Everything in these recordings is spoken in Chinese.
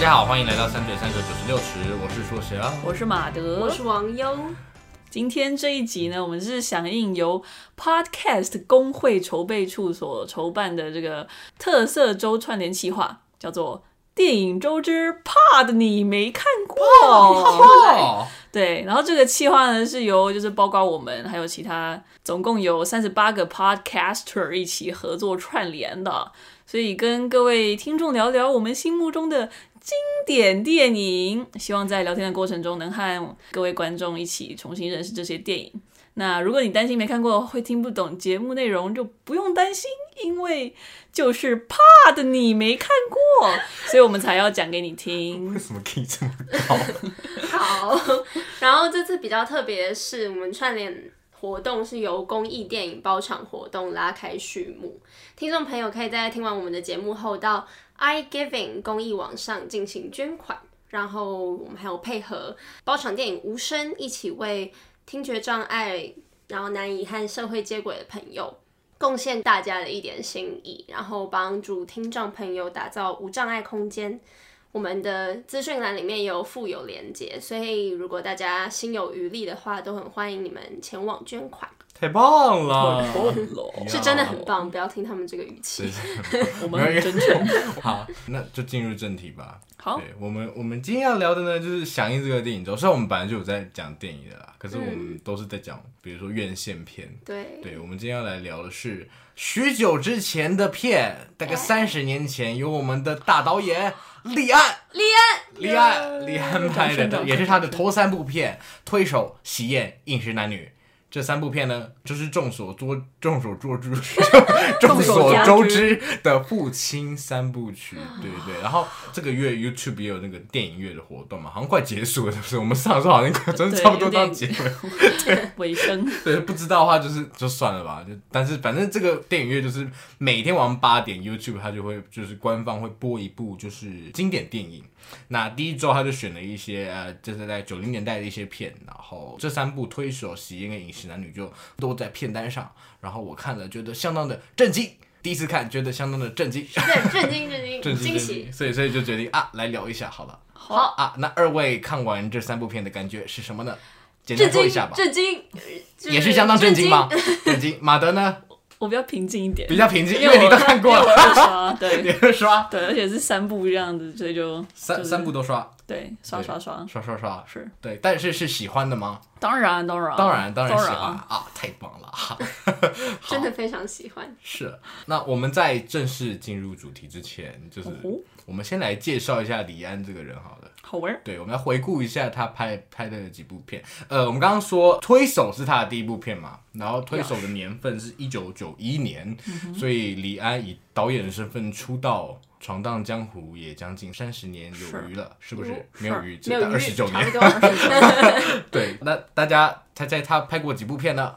家好，欢迎来到三嘴三舌九十六尺，我是说谁啊？我是马德，我是王优。今天这一集呢，我们是响应由 Podcast 工会筹备处所筹办的这个特色周串联企划，叫做“电影周之怕的你没看过”。哦，对，然后这个企划呢是由就是包括我们还有其他，总共有三十八个 podcaster 一起合作串联的，所以跟各位听众聊聊我们心目中的经典电影，希望在聊天的过程中能和各位观众一起重新认识这些电影。那如果你担心没看过会听不懂节目内容，就不用担心，因为就是怕的你没看过，所以我们才要讲给你听。为什么可以这么高？ 好， 然后这次比较特别的是，我们串联活动是由公益电影包场活动拉开序幕。听众朋友可以在听完我们的节目后，到 iGiving 公益网上进行捐款，然后我们还有配合包场电影无声一起为听觉障碍，然后难以和社会接轨的朋友。贡献大家的一点心意，然后帮助听障朋友打造无障碍空间，我们的资讯栏里面有附有连接，所以如果大家心有余力的话，都很欢迎你们前往捐款，太棒了！是真的哦很棒。不要听他们这个语气，我们很真诚。好，那就进入正题吧。好，对我们我们今天要聊的呢，就是响应这个电影周。虽然我们本来就有在讲电影的啦，可是我们都是在讲，比如说院线片。对，对，我们今天要来聊的是许久之前的片，哎大概三十年前，由我们的大导演李安，李安李安，李安拍掌的，声也是他的头三部片《推手》《喜宴》《饮食男女》。这三部片呢，就是众所周众所周知， 众所周知的父亲三部曲，对对对。然后这个月 YouTube 也有那个电影月的活动嘛，好像快结束了，是不是？我们上周好像快真的对差不多有到点结尾尾声。对，不知道的话就是就算了吧。就但是反正这个电影院就是每天晚上八点，YouTube 它就会就是官方会播一部就是经典电影。那第一周他就选了一些呃，就是在九零年代的一些片，然后这三部《推手》《喜宴》跟《饮食男女》就都在片单上。然后我看了，觉得相当的震惊。第一次看觉得相当的震惊， 对，震惊震震惊惊惊震喜惊，，所以所以就决定啊，来聊一下好了。好，啊，那二位看完这三部片的感觉是什么呢？简单震说一惊下吧。震惊，呃就也是相当震惊吧？震惊。马德呢我比较平静一点，比较平静，因因为为我你都看过了，二刷，对你会 刷对，而且是三部这样子，所以就三就是三部都刷，对刷刷刷刷刷刷。是，对，但是是喜欢的吗？当然当然当然，当然喜欢啊啊！太棒了，哈真的非常喜欢。是。那我们在正式进入主题之前，就是哦我们先来介绍一下李安这个人好了。好玩儿，对，我们来回顾一下他拍拍的几部片。呃，我们刚刚说《推手》是他的第一部片嘛，然后《推手》的年份是一九九一年，所以李安以导演的身份出道，闯荡江湖也将近三十年有余了，是不是？没有余，没只有到二余十裕，九差年不。多二十九。对，那大家猜猜他拍过几部片呢？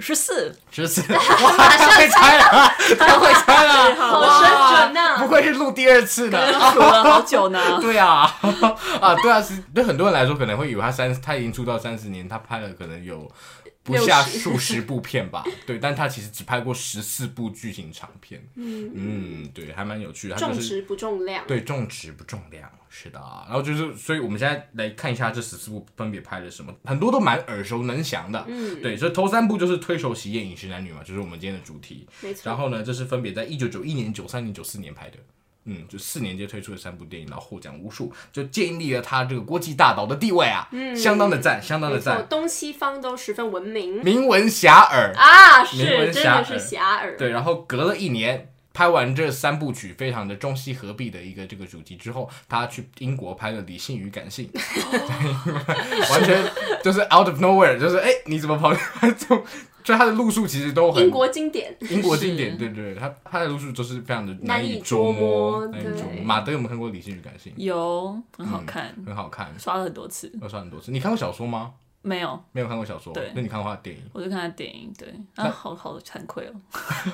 十四十四，哇，他会猜了，他会猜了，好哇神准啊不愧是录第二次的。数了好久呢， 对啊，啊，对啊，是对很多人来说可能会以为他三，他已经出道三十年，他拍了可能有不下60数十部片吧，对，但他其实只拍过十四部剧情长片，嗯对，还蛮有趣的，他重就是质不重量，对重质不重量，是的啊，然后就是，所以我们现在来看一下这十四部分别拍了什么，很多都蛮耳熟能详的，嗯，对，所以头三部就是推手喜宴饮食男女嘛，就是我们今天的主题，没错。然后呢，这是分别在一九九一年、九三年、九四年拍的，嗯，就四年间推出的三部电影，然后获奖无数，就建立了他这个国际大导的地位啊，相当的赞，相当的嗯没错，赞，东西方都十分文明名闻遐迩。啊，是名闻真遐的迩是遐迩。对，然后隔了一年。拍完这三部曲，非常的中西合璧的一个这个主题之后，他去英国拍了《理性与感性》， 完全就是 out of nowhere，就是哎，你怎么跑？ 就就他的路数其实都很英国经典，英国经典，对对，对它它的路数就是非常的难以以捉捉摸摸，难以捉摸。对马德有没有看过《理性与感性有很好看》？，很好看，刷了很多次，我刷很多次。你看过小说吗？没有，没有看过小说对，？那你看过他的电影我就看他电影，对，啊，好好惭愧哦，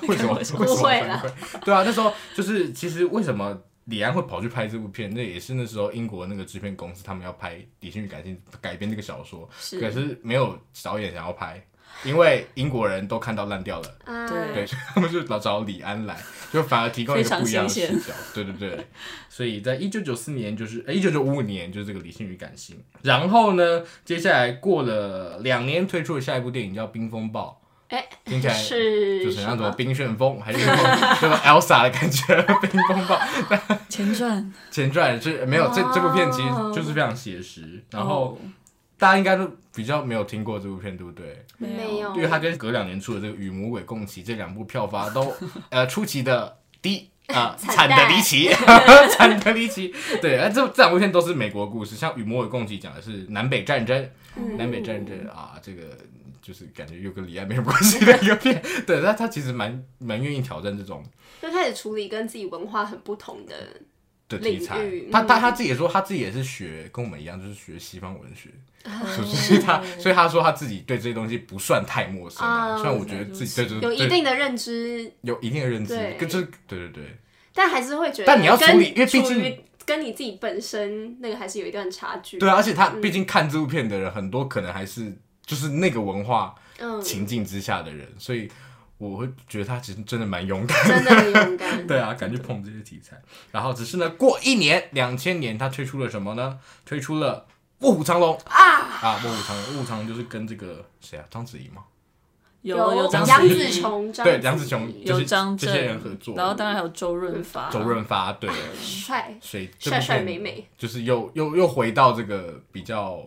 为什么？为什么不会反啦馈？ 对啊，那时候就是其实为什么李安会跑去拍这部片，那也是那时候英国那个制片公司他们要拍《理性与感性》改编这个小说，可是是没有导演想要拍，因为英国人都看到烂掉了，啊，对对，所以他们就老找李安来，就反而提供一个不一样的视非常角，对对对。所以在一九九四年，就是哎一九九五年，就是这个理性与感性。然后呢，接下来过了两年，推出的下一部电影叫《冰风暴》，哎，听起来是就是什像什么么？冰旋风，还是什么什么 Elsa 的感觉，冰风暴。前传，前传是没有这这部片其实哦就是非常写实，然哦后大家应该都比较没有听过这部片，对不对？没有因为它跟隔两年出的这个《与魔鬼共骑》这两部票房都呃出奇的低啊， 惨惨淡的离奇，惨的离奇。对，而这这两部片都是美国故事，像《与魔鬼共骑》讲的是南北战争，嗯南北战争啊，这个就是感觉又跟李安没有关系的一个片。 对，那他其实蛮蛮愿意挑战这种就开始处理跟自己文化很不同的，的题材领域。他他嗯他自己也说，他自己也是学跟我们一样，就是学西方文学，哦所以他所以他说他自己对这些东西不算太陌生啊。啊虽然我觉得自己对这有一嗯对定的认知，有一定的认知对，跟这对对对但还是会觉得，但你要处理因为毕竟跟你自己本身那个还是有一段差距。对啊！而且他嗯毕竟看这部片的人很多，可能还是就是那个文化嗯，情境之下的人，所以我会觉得他其实真的蛮勇敢的。真的很勇敢。 对啊，敢去碰这些题材。然后只是呢，过一年，两千年，他推出了什么呢？推出了《卧虎藏龙》啊，啊，《卧虎藏龙》，《卧虎藏龙》就是跟这个谁啊，章子怡吗？ 有有张杨杨紫紫怡，琼，对，张梁子子怡琼就有是张这震些人合作，然后当然还有周润发，周润发 对，帅所以这部啊帅帅片美美，就是又又又回到这个比较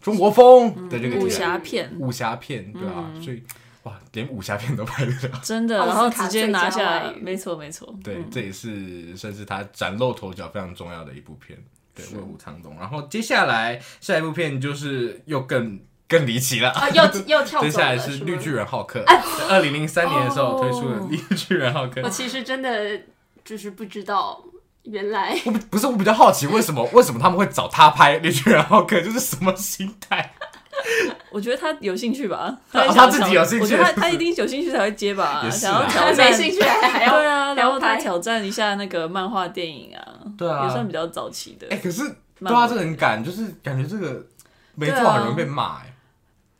中国风的这个嗯武题材侠片，武侠片，对啊，所以哇，连武侠片都拍得 了，真的，奥斯然卡后直接拿最佳下外，语没错没错，对，这也是算是他崭露头角非常重要的一部片，对，《卧虎藏龙》。然后接下来下一部片就是又更更离奇了，啊， 又又跳接走下来了，是《吗绿巨人浩克》，在二零零三年的时候推出了哦《绿巨人浩克》我其实真的就是不知道，原来我不不是我比较好奇，为什么为什么他们会找他拍《绿巨人浩克》，就是什么心态？我觉得他有兴 趣吧，哦他也想自己挑有兴趣我觉得他他一定有兴趣才会接吧， 也是想啊要挑还战 没兴趣，还 要对啊，然后还他要拍挑战一下那个漫画电影啊，对也算比较早期的哎、。可是对漫威啊，这个很赶，就是感觉这个没对做啊很容易被骂、哎、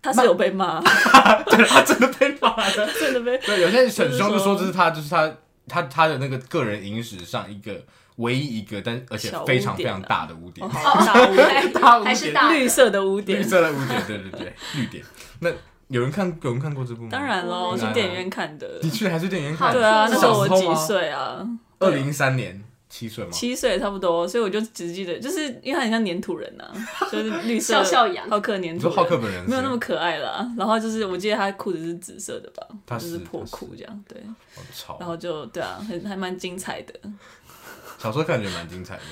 他是有被骂，对他真的被骂了。 真 的被对，有 些人很凶，就就是说说这是他，就是他，他他的那个个人影史上一个唯一一个，但而且小非污常非点常啊大的污点哦，哦好 大污点，大污还是点大绿色的污绿点，色的污点，对对对，绿点。那有人看有人看过这部吗？当，然喽，嗯去电影院看的你。去还是电影院看？好对啊，酷那哦时候我嗯小时候几吗？岁啊？二零一三年，七岁吗？七岁差不多，所以我就只记得，就是因为他很像粘土人呐、啊，就是绿色笑笑羊浩克粘你说土人，浩克本人是没有那么可爱啦。然后就是我记得他裤子是紫色的吧，他就是是他破是裤这样，对。好吵。然后就对啊，很还蛮精彩的，小时候感觉蛮精彩的，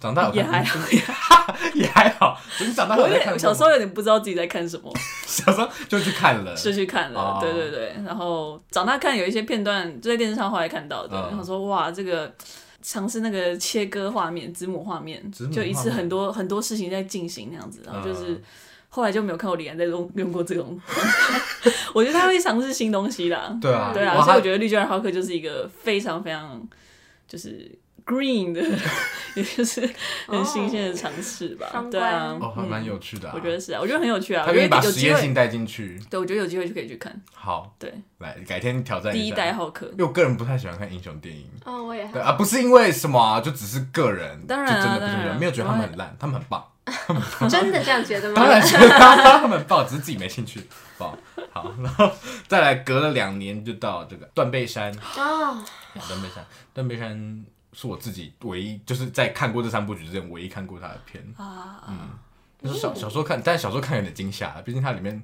长大有也看还好。也还好 也还好，就是长大有我哦有在点看过我小时吗候有点不知道自己在看 什么，小时候就去看了，就去看了哦。对对对，然后长大看有一些片段，就在电视上后来看到的，嗯然后说哇这个。尝试那个切割画面、子母画面子母，就一画次面很多很多事情在进行那样子，然后就是嗯后来就没有看过李安在用用过这种， 我觉得他会尝试新东西啦。对啊，对啊，哇所以他我觉得《绿巨人浩克》就是一个非常非常就是 green 的， 也就是很新鲜的尝试吧。哦双关对啊，哦，还蛮有趣的啊，我觉得是啊，我觉得很有趣啊，他我愿意觉把得有实机验会，性带进去。对我觉得有机会就可以去看。好，对，来改天挑战第一一下代浩克因，为我个人不太喜欢看英雄电影，哦，我也对还啊，不是因为什么啊，就只是个人，当然啊就真的不是当然啊没有觉得他们很烂，他们很棒，真的这样觉得吗？当然觉得他们很棒，只是自己没兴趣。好， 好，然后再来隔了两年就到这个断背山，哦，哎断背山，断背山是我自己唯一就是在看过这三部曲之前唯一看过他的片啊，嗯就是小小时候看，但小时候看有点惊吓，毕竟它里面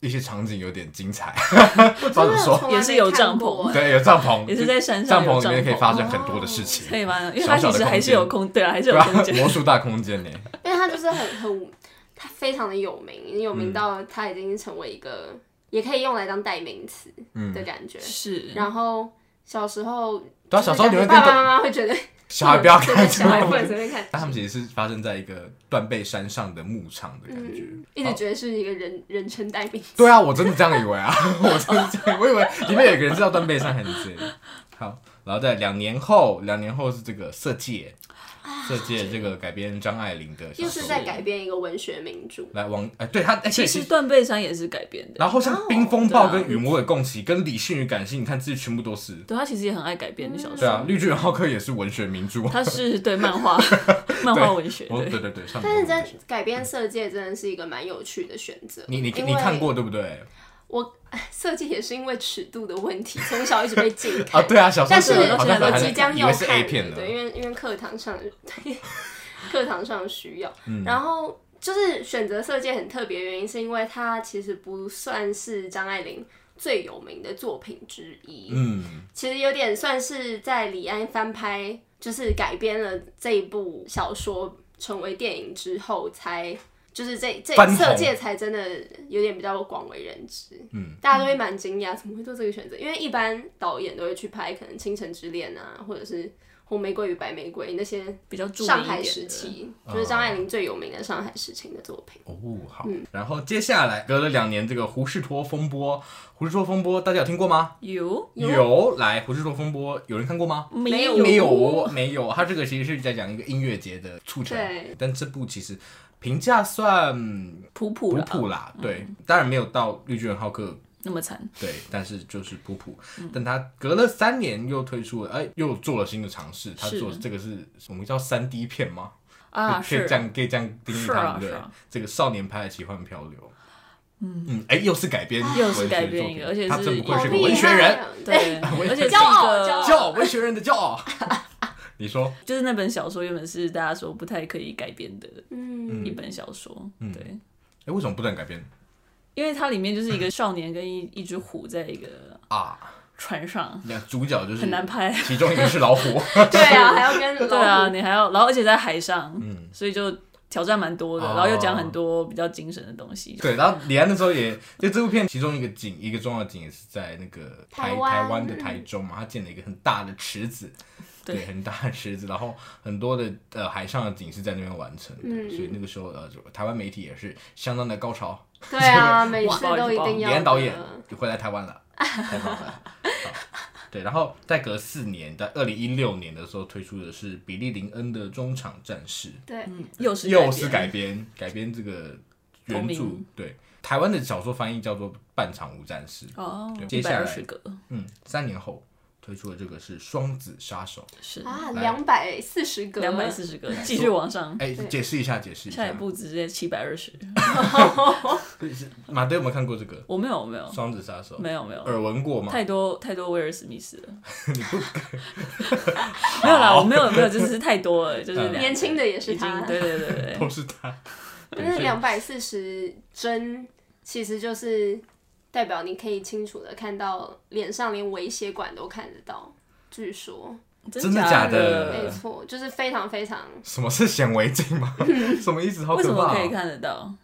一些场景有点精彩， 不知道怎真么的说。从来也是没有看帐过篷哎对，有帐篷，也是在山帐上有篷帐里面可以篷，发生很多的事情，可以吗？因为小它小的其实还是有空，对啊，还是对有吧空？间。魔术大空间呢？因为他就是很很，他非常的有名，有嗯名到他已经成为一个，也可以用来当代名词的嗯，感觉。是，然后小时候，对啊，小时候你会就是跟爸爸妈妈会觉得小孩不要 随看便这小孩个不，能随便看，但他们其实是发生在一个断背山上的牧场 的感觉。哦嗯一直觉得是一个人人称代名词。对啊，我真的这样以为啊， 我真的这样，我以为里面有个人知道断背山很贼。好，然后在两年后，两年后是这个色戒，这届这个改编张爱玲的小说，啊又是在改编一个文学名著。来王哎，对他哎，其对实《断背山》也是改编的，然后哦像《冰风暴》跟对啊《与魔鬼共骑》跟《理性与感性》，你看这全部都是。对他其实也很爱改编嗯的小说。对啊，《绿巨人浩克》也是文学名著。他是对 漫画、漫画文学，哦，对对，对对，上但是面都真文学改编《色戒》真的是一个蛮有趣的选择。你你因为你看过对不对？我《色戒》也是因为尺度的问题，从小 一直被禁看。啊，对啊，小时候但是觉得好像我还即将以要为是看 A 了片呢。对，因为因为课堂上 对课堂上需要，嗯然后就是选择《色戒》很特别，原因是因为它其实不算是张爱玲最有名的作品之一，嗯，其实有点算是在李安翻拍，就是改编了这一部小说成为电影之后才。就是这这翻红色戒才真的有点比较广为人知，嗯，大家都会蛮惊讶，怎么会做这个选择？因为一般导演都会去拍可能《倾城之恋》啊，或者是《红玫瑰与白玫瑰》那些比较著名上一点海的时期，就是张爱玲最有名的上海时期的作品。哦，好。嗯然后接下来隔了两年，这个胡适托风波，胡适托风波大家有听过吗？有有，来胡适托风波，有人看过吗？没有没有，没有。他这个其实是在讲一个音乐节的促成对，但这部其实评价算普普普啦，普嗯啦，对，当然没有到《绿巨人浩克》那么惨，对，但是就是普普，但他隔了三年又推出了，哎、又做了新的尝试。他是做这个是我们叫三 D 片吗？啊，可以可以是这样可以这样定义是它，啊对不是对啊？这个少年派的奇幻漂流，嗯嗯，哎，又是改编，又是改编一个而且他是真不愧好是个厉文学害人，哦，对， 我也而且是一骄傲骄个傲骄傲文学人的骄傲。 你说，就是那本小说原本是大家说不太可以改编的嗯，一本小说，对，哎，为什么不能改编因为它里面就是一个少年跟一一只虎在一个啊？船上，那主角就是很难拍，其中一个是老虎，对啊，还要跟对啊，老虎，你还要，然后而且在海上，所以就挑战蛮多的，嗯哦然后又讲很多比较精神的东西，对，然后李安那时候也，就这部片其中一个景，一个重要的景也是在那个台台湾台湾的台中嘛，他建了一个很大的池子，对很大的池子，然后很多的呃海上的景是在那边完成的，嗯所以那个时候呃就台湾媒体也是相当的高潮，对啊，每哇次都一定李要。安导演就回来台 湾了，太棒了。好对，然后再隔四年，在二零一六年的时候推出的是比利林恩的中场战士，对，嗯，又是又是改改编改编这个原同著名，对台湾的小说翻译叫做《半场无战事》。编哦对，接一下百来二十个嗯，三年后推出的这个是《双子杀手是啊，来两百四十个，嗯两百四十个， 继续往上》。，哎，对解释一下，解释一嗯下一下。步直接七百二十，马德有没有看过这个《我没有我没有双子杀手》？没有没有，耳闻过吗？太多太多威尔史密斯了，没有啦，我没有没有，就是太多了，就是嗯两年轻的也已经是他， 对对对对对， 都是他。但是两百四十帧其实就是代表你可以清楚的看到脸上连微血管都看得到，据说真的假呃的没错，就是非常非常什么是显微镜吗？ 什么意思？好嗯为什可么怕可以哦！看得到？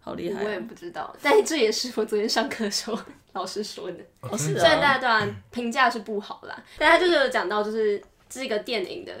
好厉害我也哦！不知道，但这也是我昨天上课的时候 老师说的。哦是虽然啊，大家对啊评价是不好啦，但他就是有讲到，就是这个电影的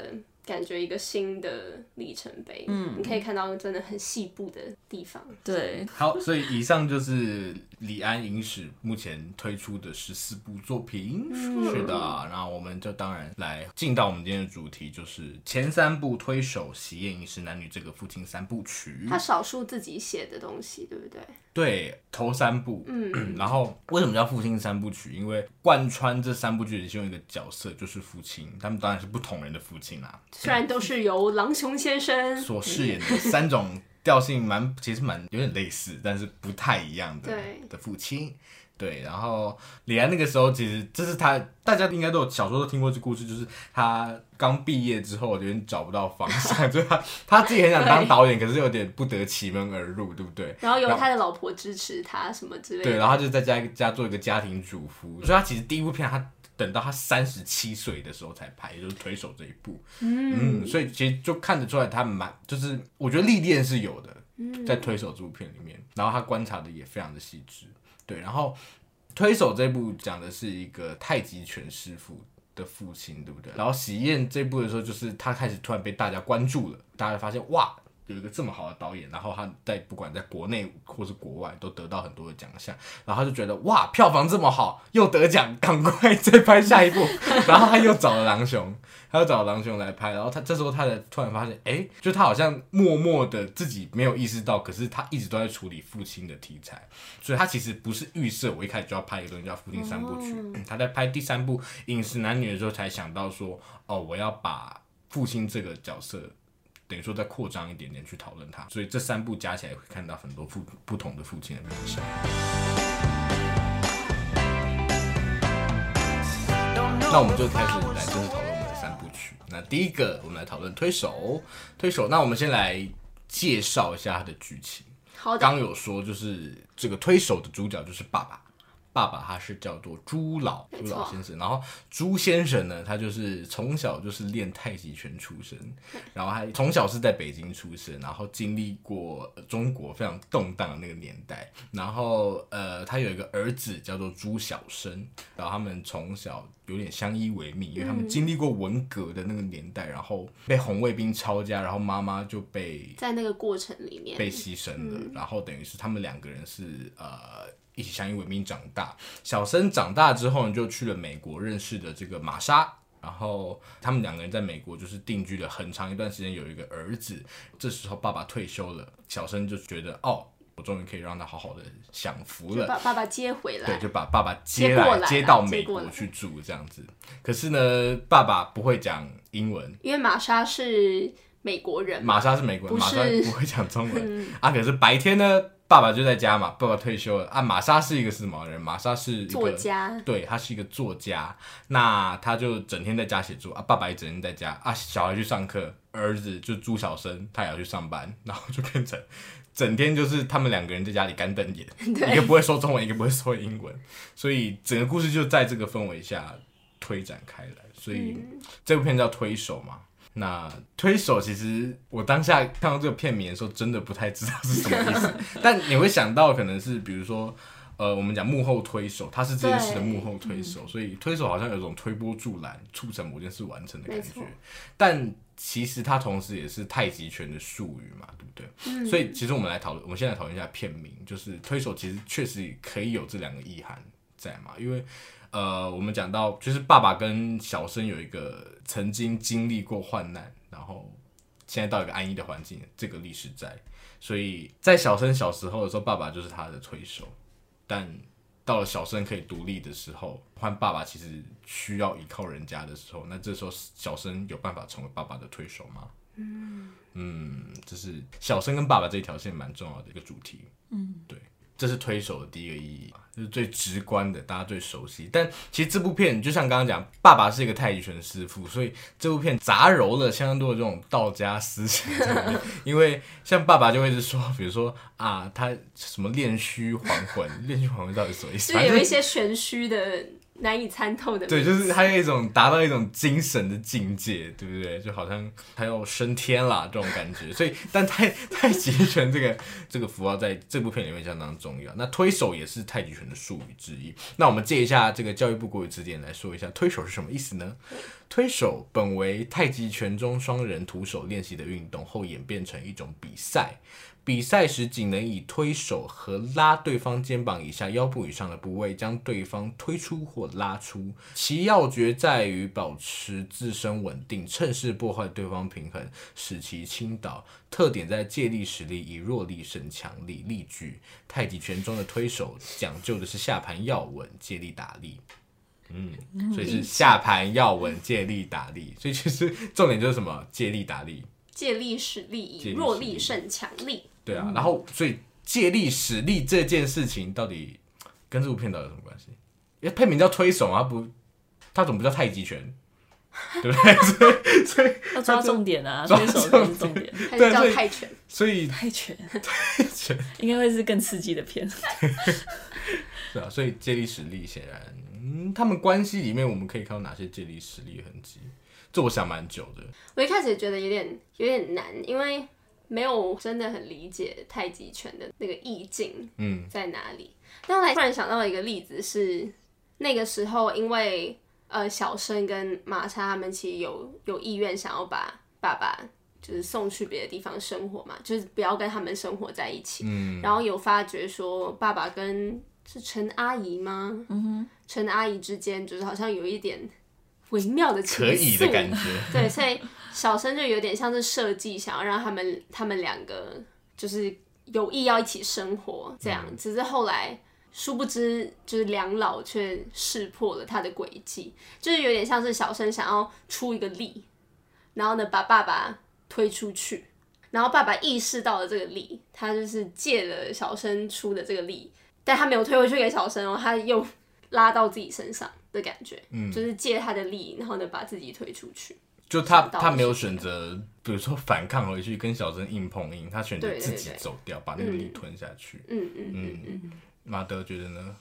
感觉，一个新的里程碑。嗯，你可以看到真的很细部的地方。对，好，所以以上就是李安影史目前推出的十四部作品。嗯是的，那我们就当然来进到我们今天的主题，就是前三部推手《喜宴饮食男女》这个父亲三部曲他。少数自己写的东西，对不对？嗯对，头三部。嗯 然后为什么叫父亲三部曲？因为贯穿这三部剧的其中一个角色就是父亲，他们当然是不同人的父亲啊啦，虽然都是由郎雄先生，所饰演的三种调性蛮，其实蛮有点类似，但是不太一样的对的父亲。对，然后李安那个时候，其实这是他，大家应该都有小时候都听过这故事，就是他刚毕业之后有点找不到方向， 就是他他自己很想当导演，可是有点不得其门而入，对不对？然后由他的老婆支持他什么之类对，的。嗯然后他就在家家做一个家庭主妇，所以他其实第一部片他等到他三十七岁的时候才拍，也就是《推手》这一部。嗯所以其实就看得出来他蛮，就是我觉得历练是有的，嗯在《推手》这部片里面，然后他观察的也非常的细致。对，然后《推手》这部讲的是一个太极拳师傅。的父亲对不对？然后喜宴这部的时候，就是他开始突然被大家关注了，大家发现哇，有一个这么好的导演，然后他在不管在国内或是国外都得到很多的奖项，然后他就觉得哇，票房这么好，又得奖，赶快再拍下一部。然后他又找了狼雄，他又找了狼雄来拍，然后他这时候他才突然发现，哎、就他好像默默的自己没有意识到，可是他一直都在处理父亲的题材，所以他其实不是预设我一开始就要拍一个东西叫《父亲三部曲》他在拍第三部《饮食男女》的时候才想到说，哦，我要把父亲这个角色等于说再扩张一点点去讨论它，所以这三部加起来会看到很多父不同的父亲的面相。那我们就开始来正式讨论我们的三部曲。那第一个，我们来讨论推手。推手，那我们先来介绍一下它的剧情。好的，刚有说，就是这个推手的主角就是爸爸，爸爸他是叫做朱老没朱错老先生，然后朱先生呢，他就是从小就是练太极拳出身，然后他从小是在北京出生，然后经历过呃中国非常动荡的那个年代，然后呃，他有一个儿子叫做朱小生，然后他们从小有点相依为命，因为他嗯们经历过文革的那个年代，然后被红卫兵抄家，然后妈妈就被在那个过程里面，被牺牲嗯的，然后等于是他们两个人是呃一起相依为命长大。小生长大之后呢，就去了美国，认识的这个玛莎。然后他们两个人在美国就是定居了很长一段时间，有一个儿子。这时候爸爸退休了，小生就觉得哦，我终于可以让他好好的享福就了。把爸爸接回对，来，就把爸爸接接过来，来接啦到接美过国来去住这样子。可是呢，爸爸不会讲英文，因为玛莎是美国人嘛，玛莎是美国人，不玛是嗯莎不会讲中 文、啊。可是白天呢，爸爸就在家嘛，爸爸退休了啊。玛莎是一个是什么人？玛莎是一个作，家，对，他是一个作家。那他就整天在家写作啊，爸爸也整天在家啊，小孩去上课，儿子就朱小生他也要去上班， 然后就变成整天就是他们两个人在家里干 瞪眼，一个不会说中文，一个不会说英文，所以整个故事就在这个氛围下推展开来。所以嗯这部片叫《推手》嘛。那推手其实我当下看到这个片名的时候，真的不太知道是什么意思，但你会想到可能是比如说，呃，我们讲幕后推手，他是这件事的幕后推手，嗯所以推手好像有种推波助澜，促成某件事完成的感没觉错。但其实它同时也是太极拳的术语嘛，对不对？嗯所以其实我们来讨论，我们现在讨论一下片名，就是推手其实确实可以有这两个意涵在嘛，因为呃，我们讲到就是爸爸跟小生有一个曾经经历过患难，然后现在到一个安逸的环境，这个历史在，所以在小生小时候的时候，爸爸就是他的推手，但到了小生可以独立的时候，换爸爸其实需要依靠人家的时候，那这时候小生有办法成为爸爸的推手吗？嗯就是小生跟爸爸这一条线蛮重要的一个主题。嗯，对，这是推手的第一个意义嘛，就是最直观的，大家最熟悉。但其实这部片就像刚刚讲，爸爸是一个太极拳师傅，所以这部片杂糅了相当多的这种道家思想在里 面。因为像爸爸就会一直说，比如说啊，他什么炼虚还魂，炼虚还魂到底是什么意思？就反正有一些玄虚的、难以参透的，对，就是他有一种达到一种精神的境界，对不对？就好像他要升天啦这种感觉。所以，但太太极拳这个这个符号在这部片里面相当重要。那推手也是太极拳的术语之一。那我们借一下这个教育部国语词典来说一下推手是什么意思呢？推手本为太极拳中双人徒手练习的运动，后演变成一种比赛。比赛时仅能以推手和拉对方肩膀以下、腰部以上的部位将对方推出或拉出，其要诀在于保持自身稳定，趁势破坏对方平衡，使其倾倒。特点在借力使力，以弱力胜强力。例句：太极拳中的推手讲究的是下盘要稳，借力打力。嗯，所以是下盘要稳，借力打力。所以其实重点就是什么？借力打力。借力使力，借力以弱使力力胜强力。对啊，然后所以借力使力这件事情到底跟这部片到底有什么关系？因为片名叫推手啊，不，它怎么不叫太极拳？对不对？要抓重点啊，抓推手才是重点。还对是叫所以泰拳，所以泰拳，应该会是更刺激的片。对啊，所以借力使力显然，嗯，他们关系里面我们可以看到哪些借力使力的痕迹？这我想蛮久的，我一开始也觉得有点有点难，因为没有真的很理解太极拳的那个意境嗯在哪里。但后来突然想到一个例子是，那个时候因为呃小生跟玛莎他们其实有有意愿想要把爸爸就是送去别的地方生活嘛，就是不要跟他们生活在一起。嗯，然后有发觉说，爸爸跟是陈阿姨吗？嗯哼，陈阿姨之间就是好像有一点微妙的情愫可以的感觉。对，所以小生就有点像是设计，想要让他们他们两个就是有意要一起生活这样，只是后来。殊不知，就是梁老却识破了他的诡计，就是有点像是小生想要出一个力，然后呢把爸爸推出去，然后爸爸意识到了这个力，他就是借了小生出的这个力，但他没有推回去给小生哦，他又拉到自己身上的感觉，嗯，就是借他的力，然后呢把自己推出去。 就他想到他的没有事情选择，比如说反抗回去跟小珍硬碰硬，他选择对对自己对走掉，把那个力吞下去。嗯嗯嗯嗯，马德觉得呢？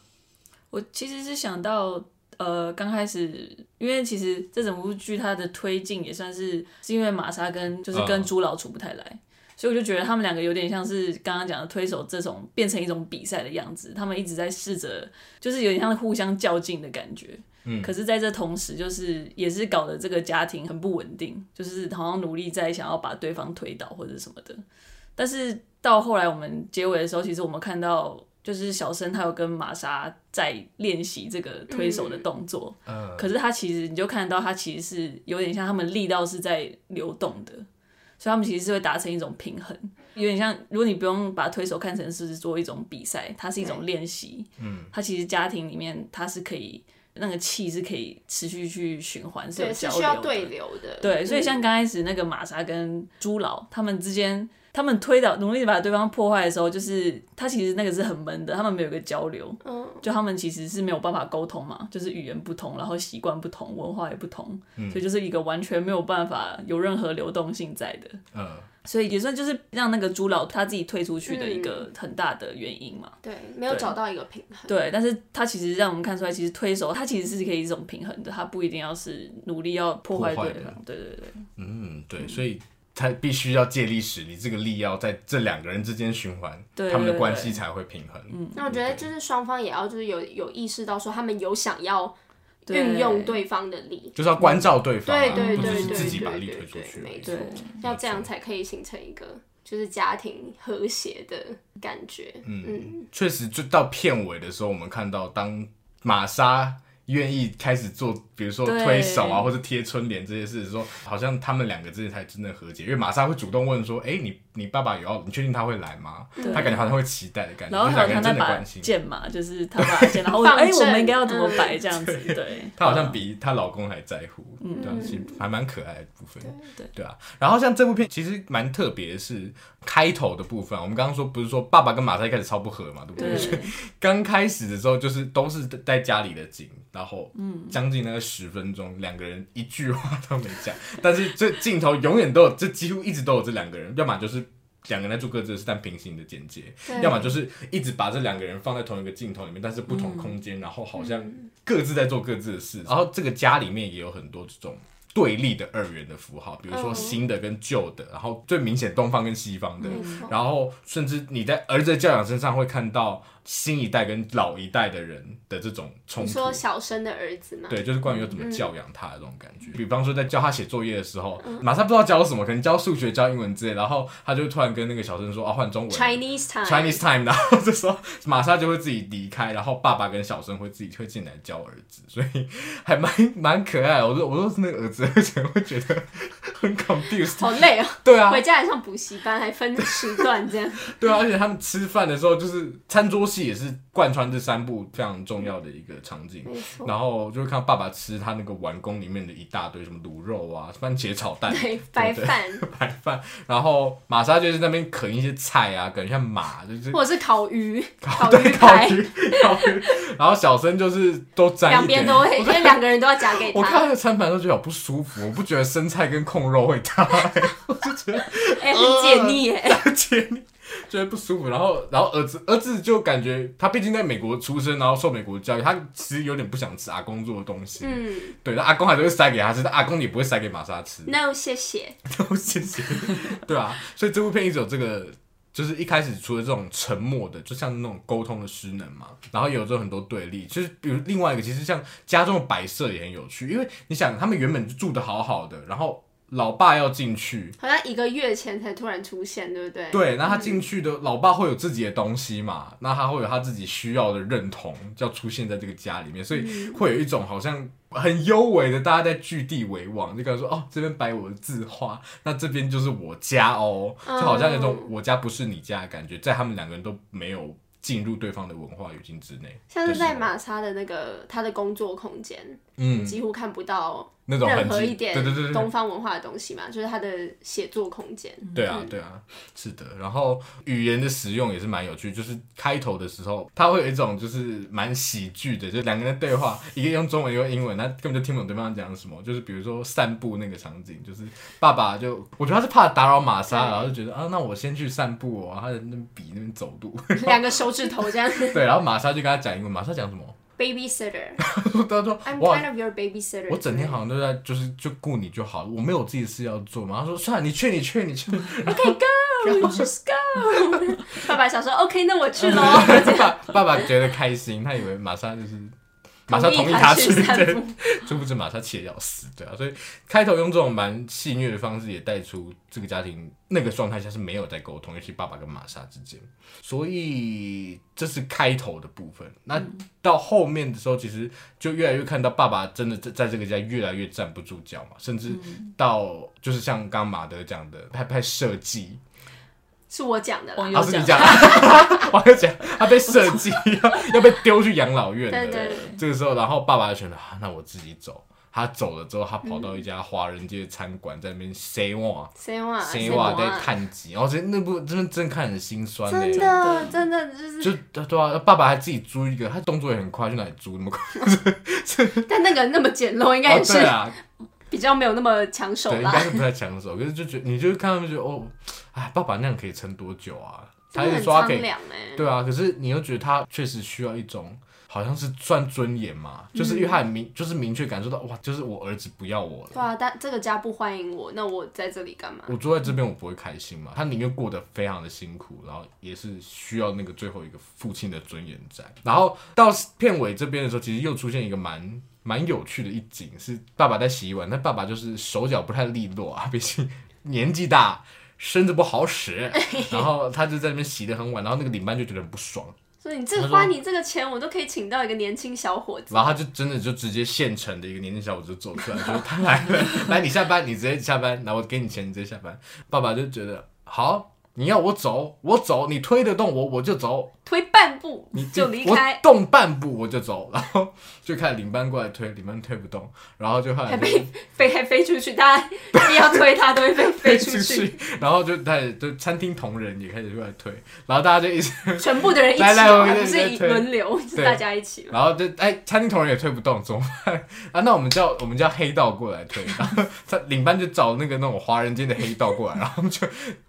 我其实是想到，呃，刚开始，因为其实这整部剧它的推进也算是是因为玛莎跟就是跟嗯朱老处不太来。所以我就觉得他们两个有点像是刚刚讲的推手这种变成一种比赛的样子，他们一直在试着，就是有点像互相较劲的感觉。嗯，可是在这同时，就是也是搞得这个家庭很不稳定，就是好像努力在想要把对方推倒或者什么的。但是到后来我们结尾的时候，其实我们看到就是小生他有跟玛莎在练习这个推手的动作，嗯可是他其实你就看到他其实是有点像他们力道是在流动的，所以他们其实是会达成一种平衡，有点像如果你不用把推手看成是做一种比赛，它是一种练习，嗯，它其实家庭里面它是可以。那个气是可以持续去循环，是有对，交流是需的。要对流的。对，所以嗯像刚开始那个玛莎跟朱老他们之间，他们推倒努力把对方破坏的时候，就是他其实那个是很闷的，他们没有一个交流，嗯就他们其实是没有办法沟通嘛，就是语言不同，然后习惯不同，文化也不同，所以就是一个完全没有办法有任何流动性在的，嗯，所以也算就是让那个朱老他自己退出去的一嗯个很大的原因嘛。对，没有对找到一个平衡。对，但是他其实让我们看出来，其实推手他其实是可以一种平衡的，他不一定要是努力要破坏破坏对的方。对对对。嗯，对，所以他必须要借力使力，这个力要在这两个人之间循环，对他们的对关对系才会平衡。嗯，那我觉得就是双方也要就是有有意识到说他们有想要对运用对方的力，就是要关照对方、啊，对对不只对是对自己对把力对推出对去而没已。错对，要这样才可以形成一个就是家庭和谐的感觉。嗯，确实，就到片尾的时候，我们看到当玛莎愿意开始做，比如说对推手啊，或者贴春联这些事的时候，好像他们两个之间才真的和解，因为玛莎会主动问说：“哎、你你爸爸有要？你确定他会来吗？”他感觉好像会期待的感觉，然后就是还两个人有他那真的把关心。剑嘛，就是他把剑，然后我说放哎，我们正应该要怎么摆这样子？对，她好像比她老公还在乎，对、啊，其实还蛮可爱的部分，嗯对对啊。然后像这部片其实蛮特别，的是开头的部分啊，我们刚刚说不是说爸爸跟玛莎一开始超不合嘛，对不对对？所以刚开始的时候就是都是在家里的景，然后嗯将近那个十分钟，两个人一句话都没讲，但是这镜头永远都有，这几乎一直都有这两个人，要么就是。两个人在做各自的事，但平行的剪接，对要么就是一直把这两个人放在同一个镜头里面，但是不嗯同空间，然后好像各自在做各自的事。然后这个家里面也有很多这种对立的二元的符号，比如说嗯新的跟旧的，然后最明显东方跟西方的没，错。然后甚至你在儿子的教养身上会看到新一代跟老一代的人的这种冲你突。说嗯小生的儿子嘛，对，就是关于要怎么教养他的这种感觉。比方说，在教他写作业的时候，嗯马上不知道教什么，可能教数学、教英文之类，然后他就突然跟那个小生说：“啊，换中文。” Chinese time Chinese time，然后这时候玛莎就会自己离开，然后爸爸跟小生会自己会进来教儿子，所以还蛮蛮可爱的。我说我说是那个儿子，而且会觉得很 confused。好累哦，对 啊回，家还上补习班，还分时段这样。对啊，而且他们吃饭的时候，就是餐桌戏也是贯穿这三部非常重要的一个场景。没错，然后就会看到爸爸吃他那个碗公里面的一大堆什么卤肉啊、番茄炒蛋、对，白饭 白饭，然后玛莎就在那边啃一些菜啊，啃像马，就是或者是烤 鱼，烤烤哦对鱼烤排，鱼， 烤鱼，然后小生就是都沾一两边点都会，因为两个人都要夹给我看他。那个餐盘都觉得好不舒服，我不觉得生菜跟控肉会搭、 欸，我就觉得哎，很解呃腻耶。而且觉得不舒服。然后，然后儿子儿子就感觉他毕竟在美国出生，然后受美国教育，他其实有点不想吃阿公做的东西。嗯对，那阿公还是会塞给他吃，但阿公也不会塞给玛莎吃。 ，no，谢谢。都谢谢。 对啊，所以这部片一直有这个，就是一开始除了这种沉默的，就像那种沟通的失能嘛，然后有时候很多对立，就是比如另外一个，其实像家中的摆设也很有趣，因为你想他们原本就住的好好的，然后。老爸要进去，好像一个月前才突然出现，对不对？对，那他进去的、老爸会有自己的东西嘛，那他会有他自己需要的认同，要出现在这个家里面，所以会有一种好像很优美的，大家在据地为王，就跟他说哦，这边摆我的字画，那这边就是我家哦，就好像有种嗯我家不是你家的感觉，在他们两个人都没有进入对方的文化语境之内，像是在的时候玛莎的那个他的工作空间，嗯，几乎看不到那种任很何激一点对对对对对东方文化的东西嘛，就是他的写作空间。 对啊，对啊，是的。然后语言的使用也是蛮有趣，就是开头的时候，它会有一种就是蛮喜剧的，就两个人对话，一个用中文，一个用英文，他根本就听不懂对方讲什么。就是比如说散步那个场景，就是爸爸就，我觉得他是怕打扰玛莎，对然后就觉得啊，那我先去散步哦，然后他在那边比那边走路， 两个手指头这样对，然后玛莎就跟他讲英文，玛莎讲什么？ ，babysitter，I'm 他说哇 kind。of your babysitter。我整天好像都在就是就顾你就好，我没有自己的事要做嘛。他说算了，你去你去你去， ，Just go。 爸爸想说，OK，那我去喽。嗯爸 爸爸觉得开心，他以为玛莎就是玛莎同意他去，散对，步。殊不知玛莎气得要死，对啊，所以开头用这种蛮戏谑的方式，也带出这个家庭那个状态下是没有在沟通，尤其爸爸跟玛莎之间，所以这是开头的部分。那到后面的时候，其实就越来越看到爸爸真的在在这个家越来越站不住脚嘛，甚至到就是像刚刚马德讲的，拍拍设计，是我讲的网啦。友他是你 讲，我就讲他被设计要要被丢去养老院的。对对对这个时候，然后爸爸就觉得、啊那我自己走。他走了之后，他跑嗯到一家华人街的餐馆，在那边 say 哇谁哇？ say 哇哇在？看集，然后真那部真的真的看得很心酸呢、真的，真的就是，就对啊，爸爸还自己租一个，他动作也很快，去哪里租那么快？但那个那么简陋，应该也哦是对啊，比较没有那么抢手对，应该啦。是不太抢手，可是就觉得你就看他们觉得哦，哎，爸爸那样可以撑多久啊？他真的就很说他苍可以凉哎。对啊，可是你又觉得他确实需要一种，好像是算尊严嘛，嗯就是因为他很明，就是明确感受到，哇，就是我儿子不要我对了，啊，但这个家不欢迎我，那我在这里干嘛？我坐在这边我不会开心嘛。他宁愿过得非常的辛苦，然后也是需要那个最后一个父亲的尊严在。然后到片尾这边的时候，其实又出现一个蛮。蛮有趣的一景是爸爸在洗碗，但爸爸就是手脚不太利落啊， 毕竟年纪大，身子不好使，然后他就在那边洗的很晚，然后那个领班就觉得很不爽，所以你这他个说花你这个钱，我都可以请到一个年轻小伙子。然后他就真的就直接现成的一个年轻小伙子就走出来，说他来了，来你下班，你直接下班，然后我给你钱，你直接下班。爸爸就觉得好，你要我走，我走，你推得动我，我就走，推半步你 就离我开，动半步我就走，然后就看领班过来推，领班推不动，然后就后来还就 被飞还飞出去，大 家一定要推他都会被飞出去，，然后就开始就餐厅同仁也开始过来推，然后大家就一直全部的人一起来来哦，我还给不你是一推轮流，是对大家一起。然后就哎，餐厅同仁也推不动，怎么办 啊？那我们叫我们叫黑道过来推，然后他领班就找那个 那种华人街的黑道过来，然后他们就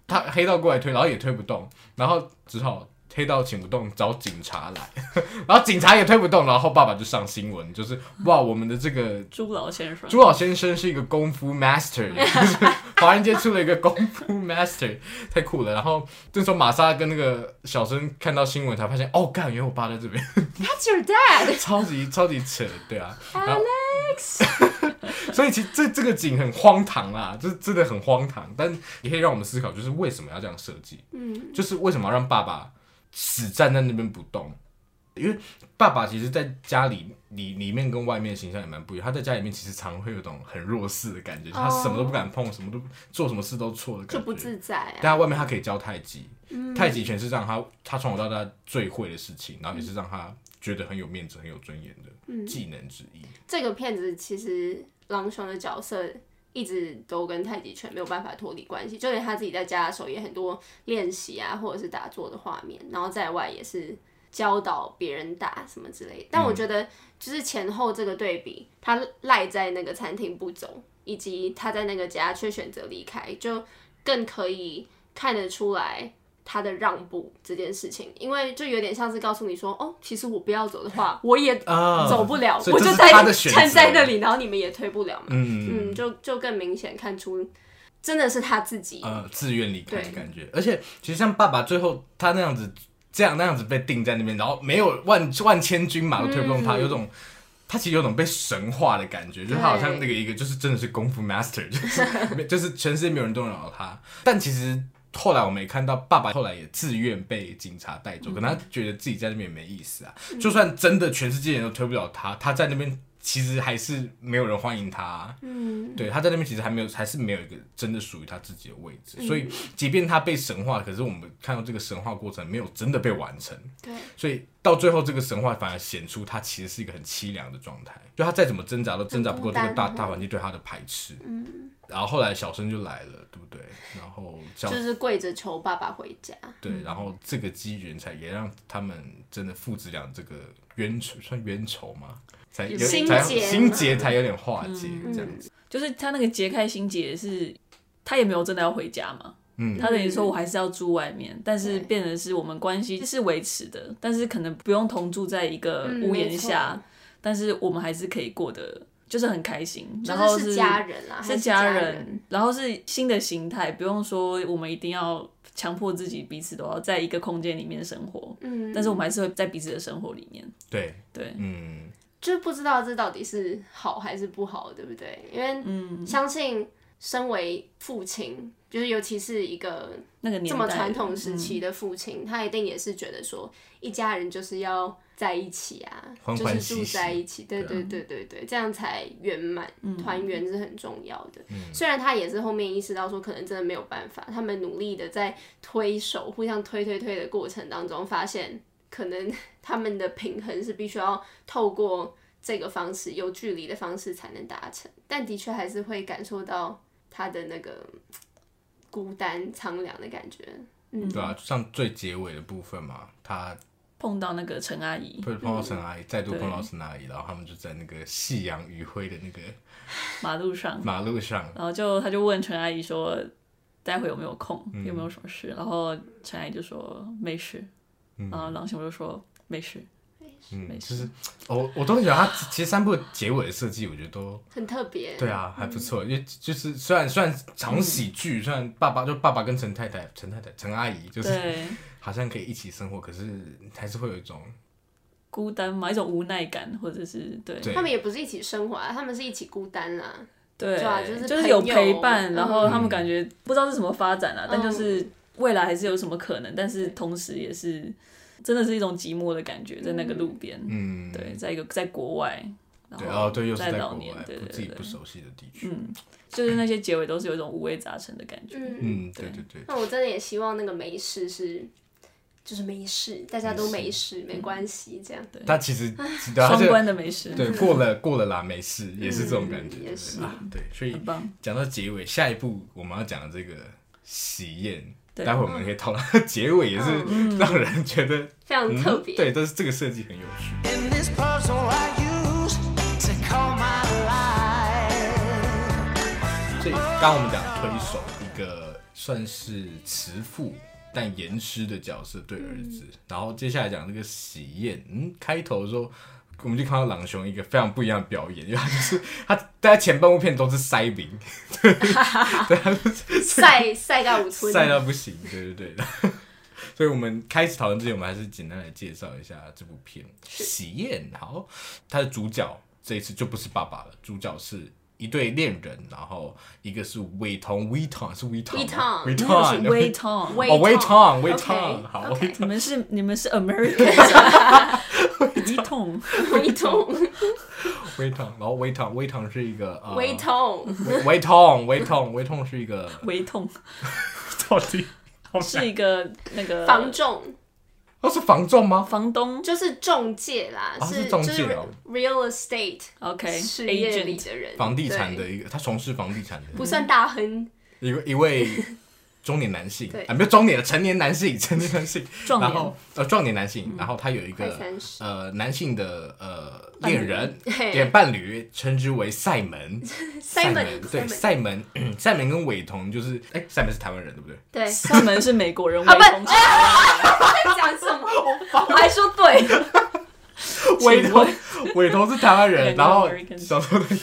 他黑道过来推，然后也推不动，然后只好黑道请不动，找警察来， 然后警察也推不动，然后爸爸就上新闻，就是哇，我们的这个朱老先生，朱老先生是一个功夫 master，就是 华人街出了一个功夫 master，太酷了。然后这时候玛莎跟那个小生看到新闻才发现，哦，干，原来我爸在这边。 That's your dad，超级超级扯，对啊。然后 所以其实这这个景很荒唐啦，就是真的很荒唐，但也可以让我们思考，就是为什么要这样设计？嗯，就是为什么要让爸爸死站在那边不动？因为爸爸其实在家里里里面跟外面形象也蛮不一样，他在家里面其实常会有种很弱势的感觉，他什么都不敢碰，什么都做什么事都错的感觉，就不自在啊。但他外面他可以教太极，太极拳是让他他从小到大最会的事情，然后也是让他觉得很有面子、很有尊严嗯的技能之一。这个片子其实狼雄的角色一直都跟太极拳没有办法脱离关系，就连他自己在家的时候也很多练习啊，或者是打坐的画面，然后在外也是教导别人打什么之类的。但我觉得就是前后这个对比，他赖在那个餐厅不走，以及他在那个家却选择离开，就更可以看得出来。他的让步这件事情，因为就有点像是告诉你说，哦，其实我不要走的话， 我也啊走不了，所以我这就是在他的选择站在那里，然后你们也推不了嘛。嗯嗯，就就更明显看出，真的是他自己。呃，自愿离开的对感觉。而且其实像爸爸最后他那样嗯子，这样那样子被定在那边，然后没有万万千军马都推不动他，有种他其实有种被神化的感觉，就是他好像那个一个就是真的是功夫 master，就是 没就是全世界没有人动得了他。但其实后来我们也看到，爸爸后来也自愿被警察带嗯走，可能他觉得自己在那边也没意思啊。就算真的全世界人都推不了他，他在那边其实还是没有人欢迎他啊、嗯，对，他在那边其实还没有，还是没有一个真的属于他自己的位嗯置，所以即便他被神化，可是我们看到这个神话过程没有真的被完成，对，所以到最后这个神话反而显出他其实是一个很凄凉的状态，就他再怎么挣扎都挣扎不过这个很孤大单嗯大环境对他的排斥，然后后来小生就来了，对不对？然后小就是嗯跪着求爸爸回家。对，然后这个机缘才也让他们真的父子俩这个冤仇算冤仇吗？才有心才结嗯心结才有点化解这样子，就是他那个杰开心结是，他也没有真的要回家嘛。嗯他等于说我还是要住外面，但是对变成是我们关系是维持的，但是可能不用同住在一个嗯屋檐下，但是我们还是可以过得就是很开心，就然后是是家人啦，还是是家人，人，然后是新的形态，不用说我们一定要强迫自己彼此都要在一个空间里面生活，嗯，但是我们还是会在彼此的生活里面，对，对，嗯。就是不知道这到底是好还是不好，对不对？因为嗯，相信身为父亲，就是尤其是一个那个年代这么传统时嗯期的父亲，他一定也是觉得说，一家人就是要在一起啊，欢欢喜喜就是住在一起，对对对对对对，这样才圆满，团圆是很重要的。虽然他也是后面意识到说，可能真的没有办法，他们努力的在推手、互相推推推的过程当中，发现可能他们的平衡是必须要透过。这个方式有距离的方式才能达成，但的确还是会感受到他的那个孤单苍凉的感觉。对嗯啊，像最结尾的部分嘛，他碰到那个陈阿姨会碰到陈嗯阿姨，再度碰到陈阿姨，然后他们就在那个夕阳余晖的那个马路上，马路上，然后就他就问陈阿姨说，待会有没有空，嗯有没有什么事？然后陈阿姨就说没事，然后郎雄就说没事，嗯，没就事是我我都很喜欢他。其实三部的结尾的设计，我觉得都很特别。对啊，还不错。因为就是虽然虽然嗯长喜剧，虽然爸爸就爸爸跟陈太太、陈太太、陈阿姨就是对，好像可以一起生活，可是还是会有一种孤单嘛，一种无奈感，或者是对对他们也不是一起生活啊，他们是一起孤单啦。对对啊就是有朋友陪伴，嗯然后他们感觉不知道是什么发展啊，嗯但就是未来还是有什么可能，但是同时也是真的是一种寂寞的感觉，在那个路边，嗯，对，在一个在国外，然对后哦，对，又是在国老年外，，对不对自己对不，熟悉的地区，嗯，就是那些结尾都是有一种五味杂陈的感觉，嗯，嗯，对对对，那我真的也希望那个没事是，就是没事，大家都没事，没关系，这样。对他其实对啊双这个关的美食，对，过了过了啦，没事，也是这种感觉，嗯对也是啊，对，所以很棒。讲到结尾，下一步我们要讲的这个喜宴，对待会我们可以讨论结尾，也是让人觉得非常特别嗯对，但是这个设计很有趣。 in this puzzle I use to call my life. 所以刚刚我们讲推手一个算是慈父但严师的角色对儿子，嗯然后接下来讲这个喜宴，嗯，开头的时候。我们就看到朗雄一个非常不一样的表演，因为他就是他，大家前半部片都是塞饼，赛赛到五村，晒到不行，对对对的。 所以，我们开始讨论之前，我们还是简单来介绍一下这部片《喜宴》。好，它的主角这一次就不是爸爸了，主角是一对恋人，然后一个是伟彤 w 彤是 w 彤 Vuitton 伟那个彤是 Way Tom， Wait 哦 w 彤 w 彤 OK，好 OK 你们是你们是 American，微 痛，微痛， w 彤，然后 w 彤 w 彤是一个呃微痛， w 彤 w 彤 w 彤是一个微痛 到底好难是一个那个房仲哦是房仲吗？房东就是中介啦，啊是是中就介是哦 real estate ，OK，事业里 agent，的人，房地产的对，一个，他从事房地产的不算大亨，一 位一位中年男性对啊，没有中年了，成年男性， 成年男性，壮年嗯然后呃壮年男性，然后他有一快个三十，呃男性的呃伴侣恋人，嘿也伴侣，称之为塞 门，塞门 Simon，对 Simon 塞门，嗯塞门跟伟彤就是，哎，塞门是台湾人对不对？对，他们是美国人，啊微不痛是在讲什么？ 我还说对，伟请问彤 伟彤是台湾人， American 然后小 时候在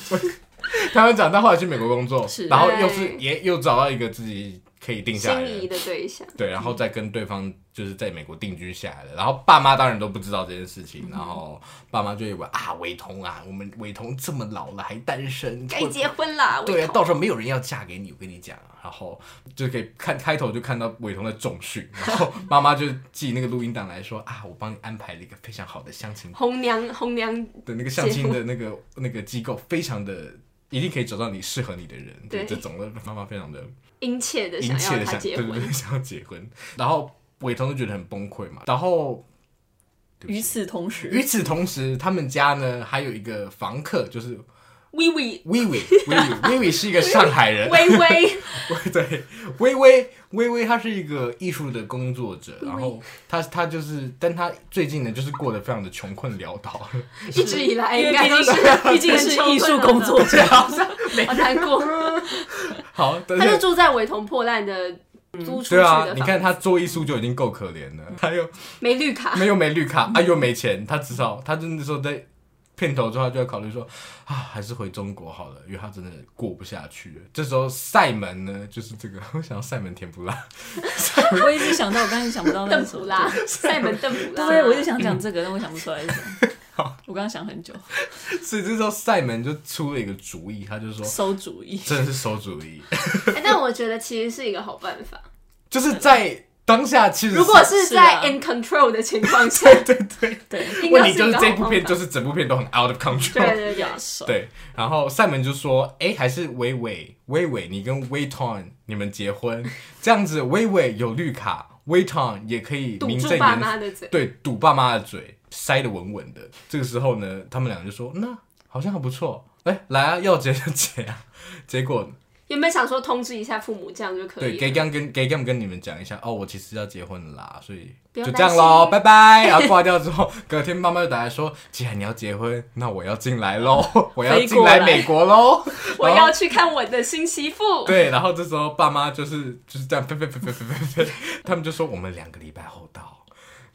台湾长大，后来去美国工作是，哎然后又是对也又找到一个自己可以定下来的心仪的对象。对，然后再跟对方就是在美国定居下来的，然后爸妈当然都不知道这件事嗯情，然后爸妈就以为啊，伟彤啊，我们伟彤这么老了还单身，该会结婚啦！对伟啊，彤到时候没有人要嫁给你，我跟你讲啊。然后就可以看开头就看到伟彤的重训，然 后妈妈就寄那个录音档来说啊，我帮你安排了一个非常好的相亲红娘红娘的那个相亲的那个那个机构，非常的一定可以找到你适合你的人，就对这种的妈妈非常的殷切的殷想切要的他想，结对对婚，对，想要结婚。 然后伟彤就觉得很崩溃嘛。然后对不与起此同时，与此同时，他们家呢还有一个房客，就是微微 Vivi Vivi Vivi 是一个上海人，微微， 对，微微微微，她是一个艺术的工作者，然后她她就是，但她最近呢，就是过得非常的穷困潦倒， 一直以来 因为哎应毕竟该都是是毕竟是艺术工 作者，好难过。好，但他就是住在伟彤破烂的租出去对啊的，你房，看她做艺术就已经够可怜了，她又没绿 卡，没有没绿卡，啊又没钱，她至少她真的说在片头之后，她就要考虑说啊，还是回中国好了，因为她真的过不下去了。这时候塞门呢，就是这个， 我想要塞门甜不辣，我一直想到，我刚才想不到那邓是什普么。拉，塞门邓普拉。对，我就想嗯讲这个，但我想不出来是什么。 我刚刚想很久，所以这时候塞门就出了一个主意，他就说。馊主意。真的是馊主意，哎但我觉得其实是一个好办 法。就是在当下，其实如果是是啊在 in control 的情况下，对对， 对，应问该题就是一是个这好部片方法就是整部片都很 out of control。对对对，要手。对然后塞门就说：“哎，还是微微微微，你跟 Wayton 你们结婚， 这样子微微有绿卡，Wayton 也可以堵名住正爸言妈的嘴对堵爸妈的嘴，塞得稳稳的。这个时候呢，他们俩就说：那好像还不错，哎，来啊，要结就结啊。结果原本想说通知一下父母，这样就可对以。啊给 a 跟 g a 跟你们讲一下哦，我其实要结婚了啦，所以不用就担这样喽，拜拜。 然后挂掉之后，隔天妈妈就打来说，既然你要结婚，那我要进来喽， 我要进来美国喽，我然后要去看我的新媳妇。对，然后这时候爸妈就是就是这样飞飞飞飞飞飞 飞，他们就说我们两个礼拜后到，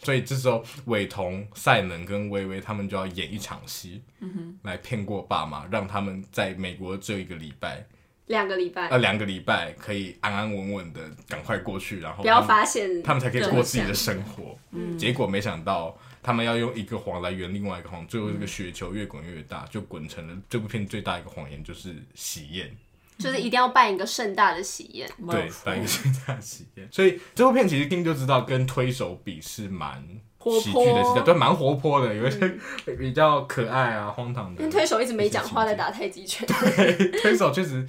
所以这时候伟彤、赛门跟薇薇他们就要演一场戏，嗯来骗过爸妈，让他们在美国只有一个礼拜，两个礼拜，呃，两个礼拜可以安安稳稳的赶快过去，然后不要他们发现他们才可以过自己的生活。结果没想到，他们要用一个谎来圆另外一个谎，最后这个雪球越滚越嗯大，就滚成了这部片最大一个谎言，就是喜宴。就是一定要办一个盛大的喜宴。蛮有对，趣办一个最大的喜宴。所以这部片其实听就知道，跟推手比是蛮活喜剧的泼嗯基调，对，蛮活泼的，有一些比较可爱啊、荒唐的。因为推手一直没讲话，一些在情节打太极拳。推手确实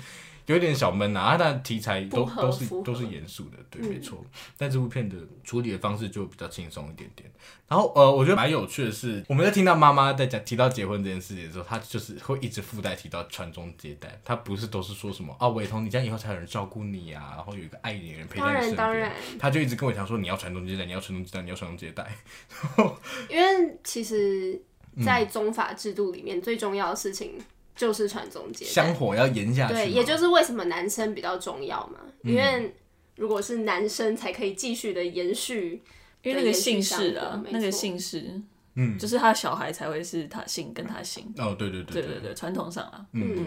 有点小闷啊，但题材都不合都是符合嗯都是严肃的，对，没错。但这部片的处理的方式就比较轻松一点点。然后呃，我觉得蛮有趣的是，我们在听到妈妈在讲提到结婚这件事情的时候，她就是会一直附带提到传宗接代，她不是都是说什么啊，伟彤，你这样以后才有人照顾你啊，然后有一个爱你的人陪在当你然身边。当然她就一直跟我讲说，你要传宗接代，你要传宗接代，你要传宗接代。因为其实，嗯在宗法制度里面，最重要的事情就是传宗接香代。火要延下去嘛。嗯对，也就是为什么男生比较重要嘛，因为如果是男生才可以继续的延续，因为那个姓氏啊没，错那个姓氏，嗯就是他的小孩才会是他姓跟他姓。哦，对对对对对对，传统上啊，嗯，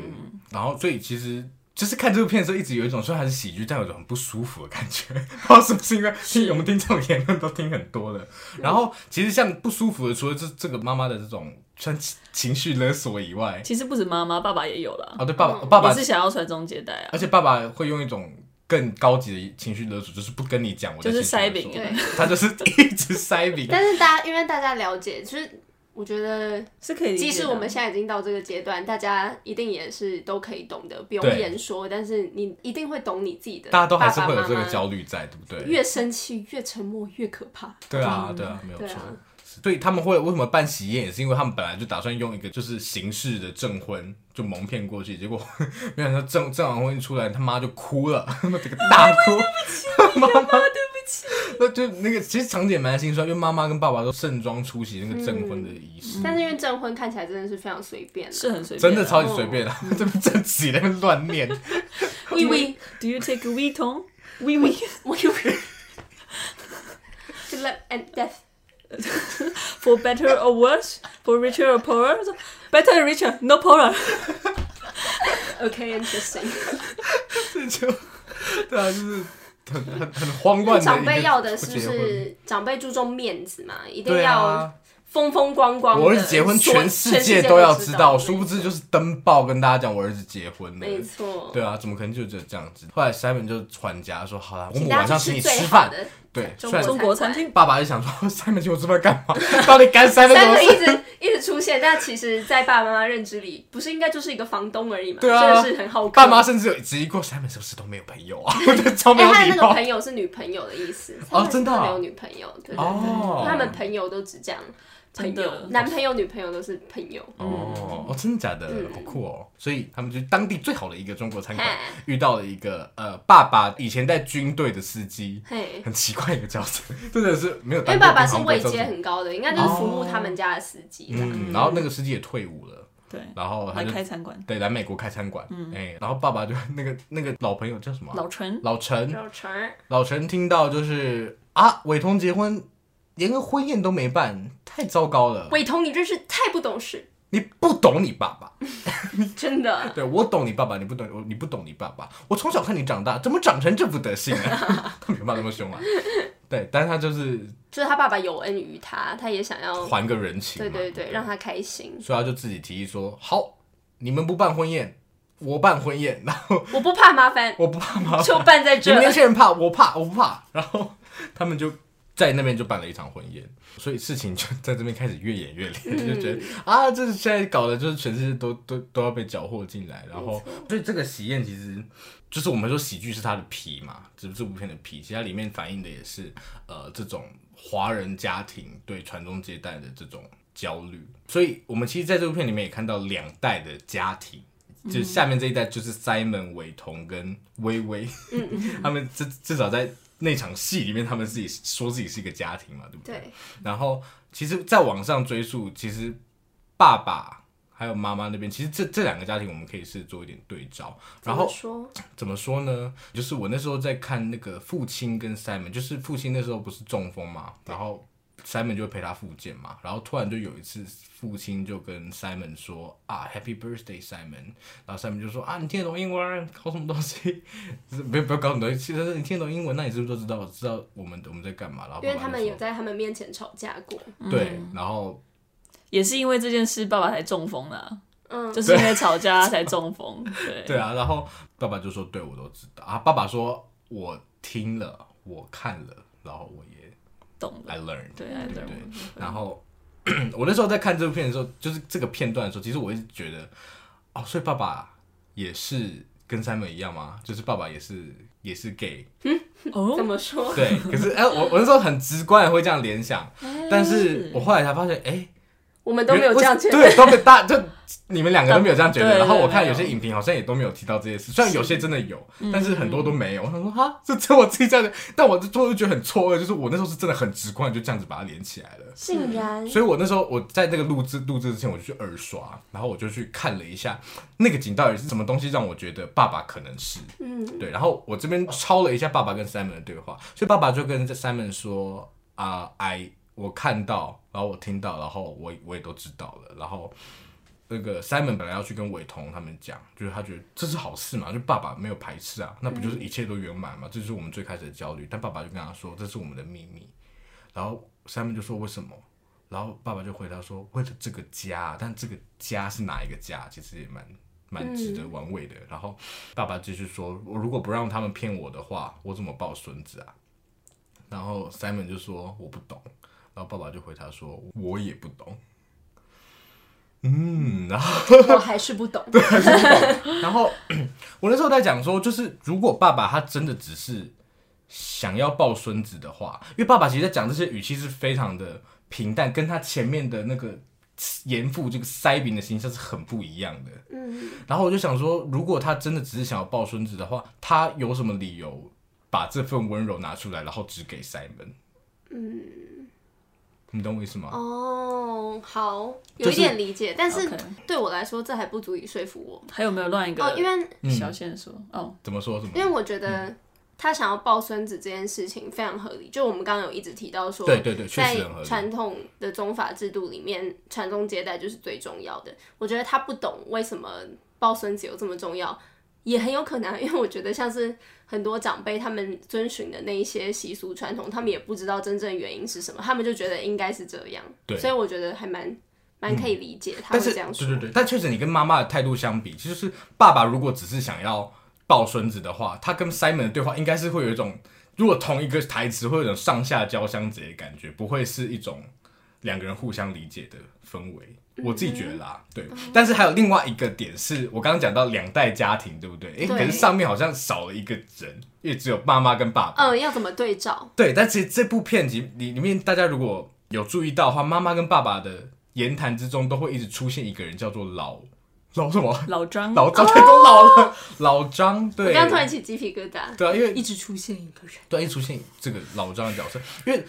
然后所以其实就是看这部片的时候，一直有一种虽然它是喜剧，但有一种很不舒服的感觉， 不知道是不是因为听我们听这种言论都听很多了。嗯然后其实像不舒服的，除了这这个妈妈的这种像情情绪勒索以外，其实不止妈妈，爸爸也有啦，啊，对爸爸爸嗯哦也爸是，想要传宗接代啊而。且爸爸会用一种。更高级的情绪勒索就是不跟你讲，我在就是情绪勒塞饼索啊对，他就是一直塞饼，但是大家因为大家了解，就是我觉得 是可以理解的啊，即使我们现在已经到这个阶段，大家一定也是都可以懂得，不用对言说，但是你一定会懂你自己的大爸家都爸妈还是会妈。有这个焦虑在，对不对？越生气越沉默越可怕。对啊，对啊，没有对错啊。所以他们会为什么办喜宴，也是因为他们本来就打算用一个就是形式的证婚，就蒙骗过去，结果没想到证证完婚一出来，他妈就哭了， 他妈这个大哭， 妈妈对不起，那就那个其实场景也蛮心酸，因为妈妈跟爸爸都盛装出席那个证婚的仪式，嗯但是因为证婚看起来真的是非常随便啊，是很随便啊，真的超级随便的，哦 这么正己在那边乱 念，微微 Do you take a wee tone? Wee wee，微微，to love and death。 for better or worse, for richer or poorer, better richer, no poorer。 OK，interesting、这就对啊，就是很很很慌乱的一个长辈要的是不结婚？是长辈注重面子嘛？一定对要啊，风风光光的。我儿子结婚，所全世世都要知道，道，殊不知就是登报跟大家讲我儿子结婚了。没错。对啊，怎么可能就这这样子？后来 Simon 就传家说，好啦，我请们大晚家上去请你吃吃最饭好。的。对，中虽然中国餐厅爸爸就想说 ，Simon 请我吃饭干嘛？到底干 Simon 什三么个事？一直一直出现，但其实，在爸爸妈妈认知里，不是应该就是一个房东而已嘛？对啊真的是很好客。爸妈甚至有质疑过 Simon 是不是都没有朋友啊？ 我觉得超没哎，有他的礼那个貌朋。友是女朋友的意思，哦 Simon 真的啊没有女朋友，对对对，哦因为他们朋友都只这样，朋真的友，男朋友、女朋友都是朋友。哦，哦，真的假的？嗯好酷哦！所以他们就是当地最好的一个中国餐馆嘿，遇到了一个呃，爸爸以前在军队的司机，嘿，很奇怪一个角色， 真的是没有因当过兵。为爸爸是好像不位会知道阶这种很高的，应该就是服务他们家的司机啦。嗯，然后那个司机也退伍了，对，然后哦他来就开餐馆，对来美国开餐馆，哎，然后爸爸就那个那个老朋友叫什么啊？老陈老陈，绕圈儿，老陈听到就是啊，伟彤结婚，连个婚宴都没办，太糟糕了。伟彤，你真是太不懂事，你不懂你爸爸，真的。对我懂你爸爸，你不懂我，你不懂你爸爸。我从小看你长大，怎么长成这副德行啊？他没有骂那么凶啊。对，但是他就是就是他爸爸有恩于他，他也想要，还个人情对嘛。对对，让他开心。所以他就自己提议说：“好，你们不办婚宴，我办婚宴，然后我不怕麻 烦，我不怕麻烦。就办在你这们。年轻人怕，我怕，我不怕。”然后他们就在那边就办了一场婚宴，所以事情就在这边开始越演越烈，嗯就觉得啊，这是现在搞的就是全世界都都都要被缴获进来，然后所以这个喜宴其实。就是我们说喜剧是它的皮嘛，这这部片的皮，其实它里面反映的也是呃这种华人家庭对传宗接代的这种焦虑。所以我们其实在这部片里面也看到两代的家庭，就下面这一代就是 Simon、伟彤跟微微， 他们至至少在那场戏里面，他们自己说自己是一个家庭嘛，对不对？对，然后其实再往上追溯，其实爸爸还有妈妈那边，其实这这两个家庭我们可以是做一点对照。然后怎么说，怎么说呢？就是我那时候在看那个父亲跟 Simon，就是父亲那时候不是中风嘛，然后 Simon 就会陪他复健嘛，然后突然就有一次，父亲就跟 Simon 说啊，Happy Birthday Simon，然后 Simon 就说啊，你听得懂英文，搞什么东西？就是不要不要搞什么东西，其实你听得懂英文，那你是不是都知道知道我们我们在干嘛？然后因为爸爸就他们有说在他们面前吵架过。对，然后也是因为这件事，爸爸才中风的啊、嗯，就是因为吵架才中风。对， 对啊，然后爸爸就说：“对我都知道啊。”爸爸说：“我听了，我看了，然后我也懂 I 了。 learned。”对，I 嗯对 learned。然后 我那时候在看这部片的时候，就是这个片段的时候，其实我一直觉得，哦，所以爸爸也是跟 Simon 一样吗？就是爸爸也是也是 gay，哦怎，么说？对。可是哎、我我那时候很直观的会这样联 想，但是是我后来才发现，哎、我哎们都没有这样觉得。对，都没大就你们两个都没有这样觉对得。对然后我看没有有些影评好像也都没有提到这些事，虽然有些真的有，嗯但是很多都没有。我想说哈，这这我自己这样的，但我就我就觉得很错愕，就是我那时候是真的很直观地就这样子把它连起来了。竟然所以我那时候我在那个录制录制之前，我就去耳刷，然后我就去看了一下那个景到底是什么东西让我觉得爸爸可能是，嗯，对。然后我这边抄了一下爸爸跟 Simon 的对话，所以爸爸就跟 Simon 说啊、i 我看到，然后我听到，然后我我也都知道了，然后。那个 Simon 本来要去跟伟彤他们讲，就是他觉得这是好事嘛，就爸爸没有排斥啊，那不就是一切都圆满嘛？这就是我们最开始的焦虑。但爸爸就跟他说，这是我们的秘密。然后 Simon 就说为什么？然后爸爸就回答说：“为了这个家，但这个家是哪一个家，其实也蛮蛮值得玩味的。然后爸爸继续说：“我如果不让他们骗我的话，我怎么抱孙子啊？”然后 Simon 就说：“我不懂。”然后爸爸就回答说：“我也不懂。”嗯，然后。我还是不懂。然后 我那时候在讲说，就是如果爸爸他真的只是想要抱孙子的话，因为爸爸其实在讲这些语气是非常的平淡，跟他前面的那个严父这个塞饼的形象是很不一样的。嗯，然后我就想说，如果他真的只是想要抱孙子的话，他有什么理由把这份温柔拿出来，然后只给 Simon？嗯，你懂我意思吗？哦，好，有就一是点理解，但是 OK 对我来说，这还不足以说服我。还有没有乱一个？哦，因为小线索哦，怎么说？怎么因？为我觉得嗯他想要抱孙子这件事情非常合理，就我们刚刚有一直提到说，对对对确实在很合理传统的宗法制度里面，传宗接代就是最重要的。我觉得他不懂为什么抱孙子有这么重要，也很有可能啊， 因为我觉得像是很多长辈他们遵循的那一些习俗传统，他们也不知道真正原因是什么，他们就觉得应该是这样。对所以我觉得还蛮蛮可以理解他但们是这样说。对对对，但确实你跟妈妈的态度相比，其实是爸爸如果只是想要抱孙子的话，他跟 Simon 的对话应该是会有一种，如果同一个台词会有一种上下交相贼的感觉，不会是一种两个人互相理解的氛围。我自己觉得啦，对。嗯但是还有另外一个点是，我刚刚讲到两代家庭，对不对？诶，对可是上面好像少了一个人，也只有妈妈跟爸爸。嗯，要怎么对照？对，但其实这部片集里里面，大家如果有注意到的话，妈妈跟爸爸的言谈之中都会一直出现一个人，叫做老老什么老张，老 张，太多老了，老张哦我对刚，刚突然起鸡皮疙瘩。对啊，因为一直出现一个人，对啊一出现这个老张的角色，因为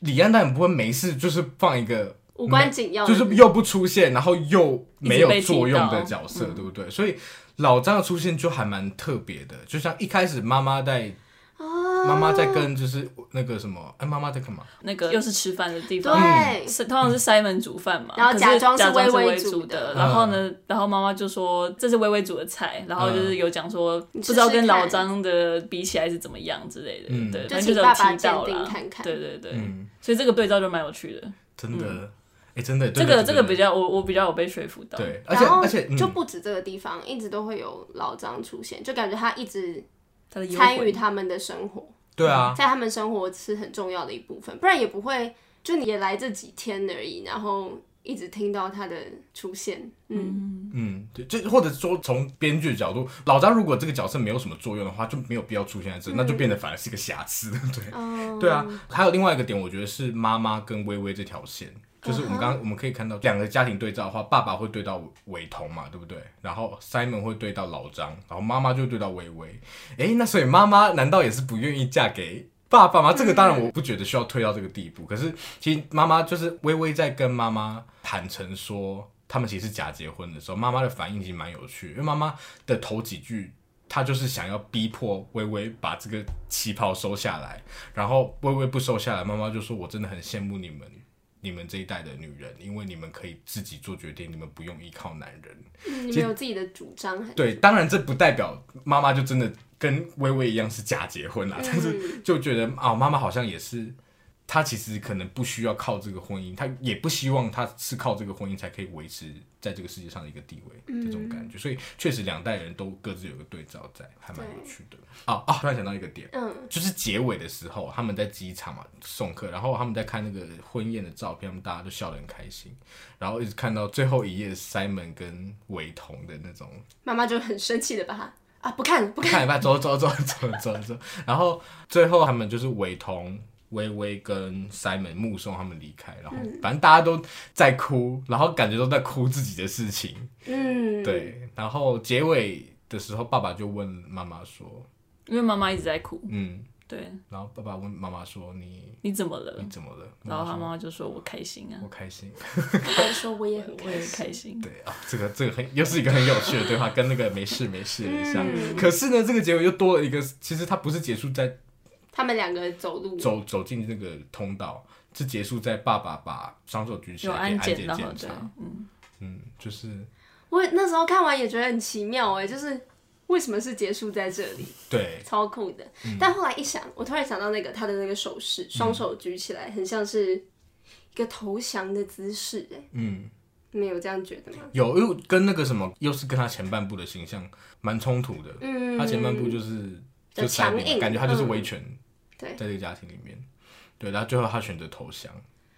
李安当然不会没事就是放一个无关紧要的就人，是又不出现，然后又没有一直被提到作用的角嗯色，对不对？所以老张的出现就还蛮特别的，就像一开始妈妈在哦妈妈在跟就是那个什么，哎，妈妈在干嘛？那个又是吃饭的地方。对，是通常是 Simon 煮饭嘛，然后可是假装是假装是微微微煮煮的然后呢，嗯然后妈妈就说这是微微煮的菜，然后就是有讲说不知道试试跟老看张的比起来是怎么样之类的，嗯对，就但请是有爸爸提鉴到定啦看看对对对，嗯所以这个对照就蛮有趣的，真的，哎、真的，嗯这对个这个比对较我我比较有被说服到，对，而且然后而且、嗯、就不止这个地方，一直都会有老张出现，就感觉他一直他的幽参与魂他们的生活，对啊，在他们生活是很重要的一部分，不然也不会就你也来这几天而已，然后一直听到他的出现，嗯，嗯，对，就或者说从编剧的角度，老张如果这个角色没有什么作用的话，就没有必要出现在这，那嗯就变得反而是一个瑕疵， 对不对？哦对啊，还有另外一个点，我觉得是妈妈跟微微这条线，就是我们嗯刚刚我们可以看到两个家庭对照的话，爸爸会对到伟彤嘛，对不对？然后 Simon 会对到老张，然后妈妈就对到微微。诶，那所以妈妈难道也是不愿意嫁给？爸爸吗？这个当嗯然我不觉得需要推到这个地步。可是其实妈妈就是微微在跟妈妈坦诚说，他们其实是假结婚的时候，妈妈的反应其实蛮有趣，因为妈妈的头几句他就是想要逼迫微微把这个旗袍收下来，然后微微不收下来，妈妈就说：“我真的很羡慕你们，你们这一代的女人，因为你们可以自己做决定，你们不用依靠男人。嗯你们有自己的主张，”对，当然这不代表妈妈就真的跟微微一样是假结婚啦，但是就觉得啊、妈妈好像也是，她其实可能不需要靠这个婚姻，她也不希望她是靠这个婚姻才可以维持在这个世界上的一个地位，这种感觉。所以确实两代人都各自有个对照在，还蛮有趣的。啊啊！突然想到一个点，嗯，就是结尾的时候，他们在机场嘛送客，然后他们在看那个婚宴的照片，他们大家都笑得很开心，然后一直看到最后一页 Simon 跟韦彤的那种，妈妈就很生气的把他啊不看不看，看一半走走走走走走，然后最后他们就是韦彤、微微跟 Simon 目送他们离开，然后反正大家都在哭，然后感觉都在哭自己的事情，嗯，，对，然后结尾的时候，爸爸就问妈妈说，因为妈妈一直在哭，嗯，对，然后爸爸问妈妈说你你怎么你了？怎么了？然后他嗯说妈妈就说我开心啊我，开心。他说我也很我开也心，开心，对啊，这个这个很又是一个很有趣的对话，跟那个没事没事有点像。可是呢，这个结尾又多了一个，其实它不是结束在他们两个走路，走走进那个通道，是结束在爸爸把双手举起有来给安安检，检然后检对查。，嗯，嗯，就是我那时候看完也觉得很奇妙哎、就是为什么是结束在这里？对，超酷的。嗯但后来一想，我突然想到那个他的那个手势，双手举起来，很像是一个投降的姿势。哎，嗯，你们有这样觉得吗？有又跟那个什么，又是跟他前半部的形象蛮冲突的。嗯，他前半部就是比较就塞强硬感觉他就是嗯威权对在这个家庭里面。对，然后最后他选择投降，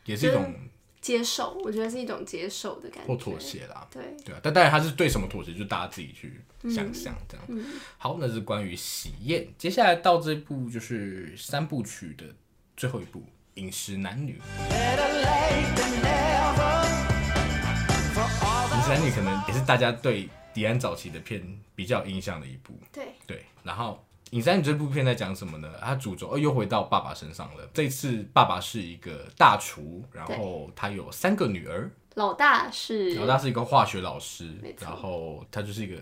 也是一种接受，我觉得是一种接受的感觉，或妥。协啦。对，对啊，但当然他是对什么妥协，就大家自己去想象这样。好，那是关于喜宴，接下来到这部就是三部曲的最后一部《饮食男女》。 Better late than never. 《饮食男女》可能也是大家对迪安早期的片比较有印象的一部。对，对，然后《隐山女》这部片在讲什么呢？它主轴哦又回到爸爸身上了。这次爸爸是一个大厨，然后他有三个女儿，老大是然后他是一个化学老师没，错然后他就是一个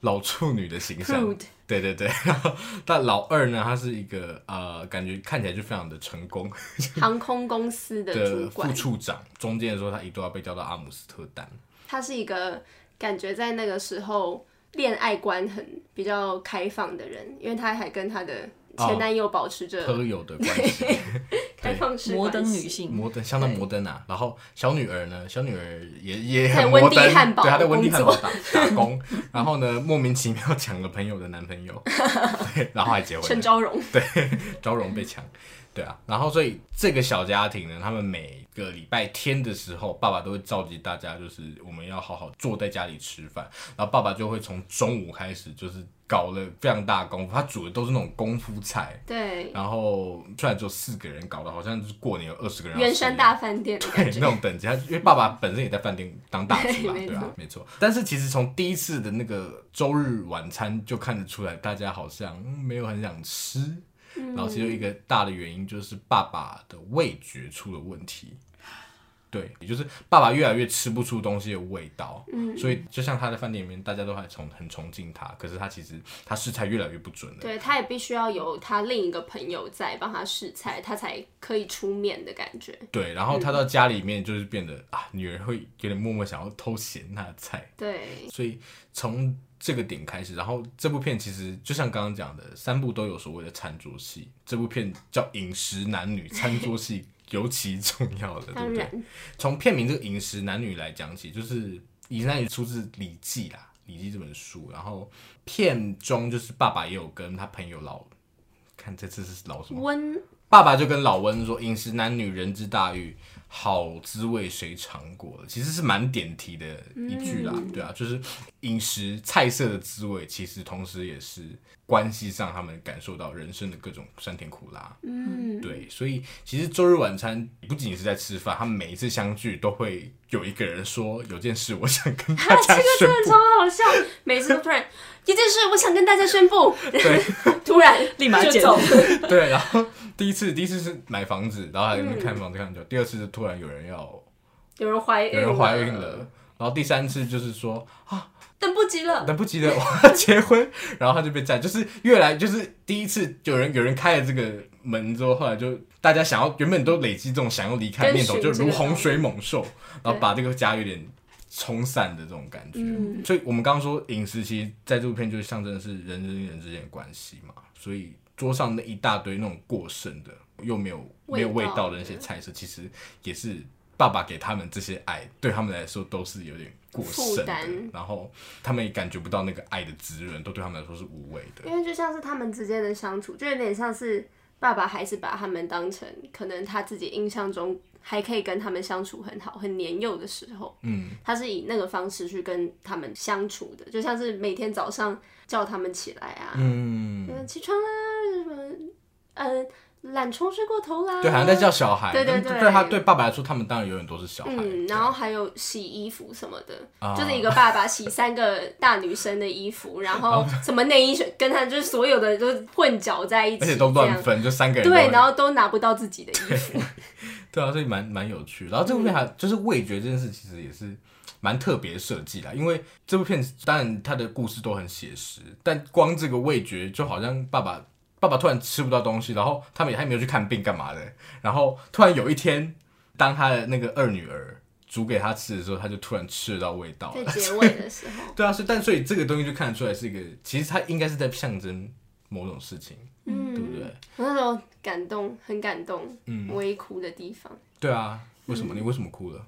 老处女的形象 Prude。对对对，然后但老二呢，他是一个呃，感觉看起来就非常的成功航空公司的主的副管，处长。中间的时候，他一度要被叫到阿姆斯特丹。他是一个感觉在那个时候。恋爱观很比较开放的人，因为她还跟她的哦前男友保持着特有的关系，开放式摩登关系女性，摩登相当摩登啊。然后小女儿呢，小女儿也也在很温摩蒂登，汉堡对，她在温蒂工汉作堡打打工，然后呢，莫名其妙抢了朋友的男朋友， 对，然后还结婚了，陈昭 荣，招容被抢，对啊，然后所以这个小家庭呢，他们每个礼拜天的时候，爸爸都会召集大家，就是我们要好好坐在家里吃饭，然后爸爸就会从中午开始，就是搞了非常大的功夫，他煮的都是那种功夫菜，对，然后虽然只有四个人，搞得好像就是过年有二十个人要啊吃一样，圆山大饭店的感对，觉那，种等级，他因为爸爸本身也在饭店当大 厨嘛，对对没吧、错没错。但是其实从第一次的那个周日晚餐就看得出来，大家好像、嗯没有很想吃。然后其中一个大的原因就是爸爸的味觉出了问题，对，也就是爸爸越来越吃不出东西的味道。嗯，所以就像他在饭店里面，大家都还崇很崇敬他，可是他其实他食材越来越不准了。对，他也必须要有他另一个朋友在帮他试菜，他才可以出面的感觉。对，然后他到家里面就是变得、啊，女人会有点默默想要偷咸他的菜。对，所以从这个点开始，然后这部片其实就像刚刚讲的，三部都有所谓的餐桌戏，这部片叫饮食男女，餐桌戏尤其重要的，对当不对？然，从片名这个饮食男女来讲起，就是饮食男女出自《礼记》啦，《礼记》这本书，然后片中就是爸爸也有跟他朋友老。看这次是老什么？温爸爸就跟老温说：“饮食男女，人之大欲，好滋味谁尝过？”其实是蛮点题的一句啦，对啊，就是饮食菜色的滋味，其实同时也是关系上他们感受到人生的各种酸甜苦辣。 嗯，对，所以其实周日晚餐不仅是在吃饭，他们每一次相聚都会有一个人说：“有件事我想跟啊 大家宣布。超好笑，每次都突然一件事，我想跟大家宣布，对， 突然立马就剪走，对，然后第一次第一次是买房子，然后还在那边看房子看很久，第二次是突然有人要有人怀孕，嗯有人怀孕了，，然后第三次就是说等不及了，等不及了，我要结婚， 然后他就被占，就是越来就是第一次有人有人开了这个门之后，后来就大家想要原本都累积这种想要离开的念头，跟就寻如这个洪东西水猛兽，然后把这个家有点冲散的这种感觉。嗯所以我们刚刚说饮食，其实在这部片就象征的是人跟人之间的关系嘛，所以桌上那一大堆那种过剩的又没有没有味味道道的那些菜色，其实也是。爸爸给他们这些爱，对他们来说都是有点过负剩的担，然后他们也感觉不到那个爱的滋润，都对他们来说是无味的。因为就像是他们之间的相处，就有点像是爸爸还是把他们当成可能他自己印象中还可以跟他们相处很好、很年幼的时候，嗯，他是以那个方式去跟他们相处的，就像是每天早上叫他们起来啊，嗯，嗯，起床啦，什么，呃，懒虫睡过头啦，对，好像在叫小孩。对对但对对他对爸爸来说，他们当然永远都是小孩。嗯，然后还有洗衣服什么的，啊就是一个爸爸洗三个大女生的衣服，然后哦什么内衣选跟他就是所有的都混搅在一起，而且都这乱样分，就三个人都会。对，然后都拿不到自己的衣 服，对啊，所以蛮蛮有趣。然后这部片嗯还就是味觉这件事，其实也是蛮特别设计啦。因为这部片当然它的故事都很写实，但光这个味觉就好像爸爸爸爸突然吃不到东西，然后他们也还没有去看病干嘛的，然后突然有一天，当他的那个二女儿煮给他吃的时候，他就突然吃得到味道在了。结尾的时候，对啊，所以但所以这个东西就看得出来是一个，其实它应该是在象征某种事情，对不嗯，对？我那时候感动，很感动，嗯微哭的地方，对啊，为什么你为什么哭了？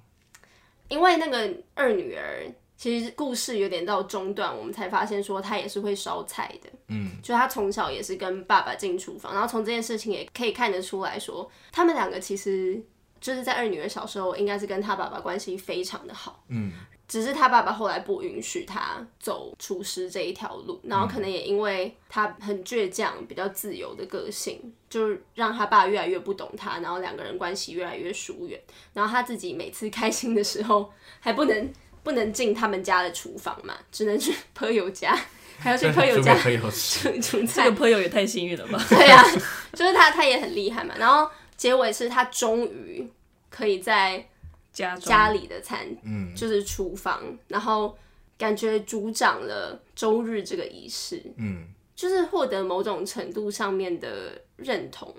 因为那个二女儿。其实故事有点到中段，我们才发现说她也是会烧菜的。嗯，就她从小也是跟爸爸进厨房，然后从这件事情也可以看得出来说，他们两个其实就是在二女儿小时候应该是跟她爸爸关系非常的好。嗯，只是她爸爸后来不允许她走厨师这一条路，然后可能也因为她很倔强、比较自由的个性，就是让她爸越来越不懂她，然后两个人关系越来越疏远。然后她自己每次开心的时候还不能不能进他们家的厨房嘛，只能去朋友家，还 要去朋友就家给朋友吃。煮煮这菜个。朋友也太幸运了吧？对呀、就是她，她也很厉害嘛。然后结尾是她终于可以在 家中家里的餐嗯，就是厨房，然后感觉主掌了周日这个仪式，嗯，就是获得某种程度上面的认同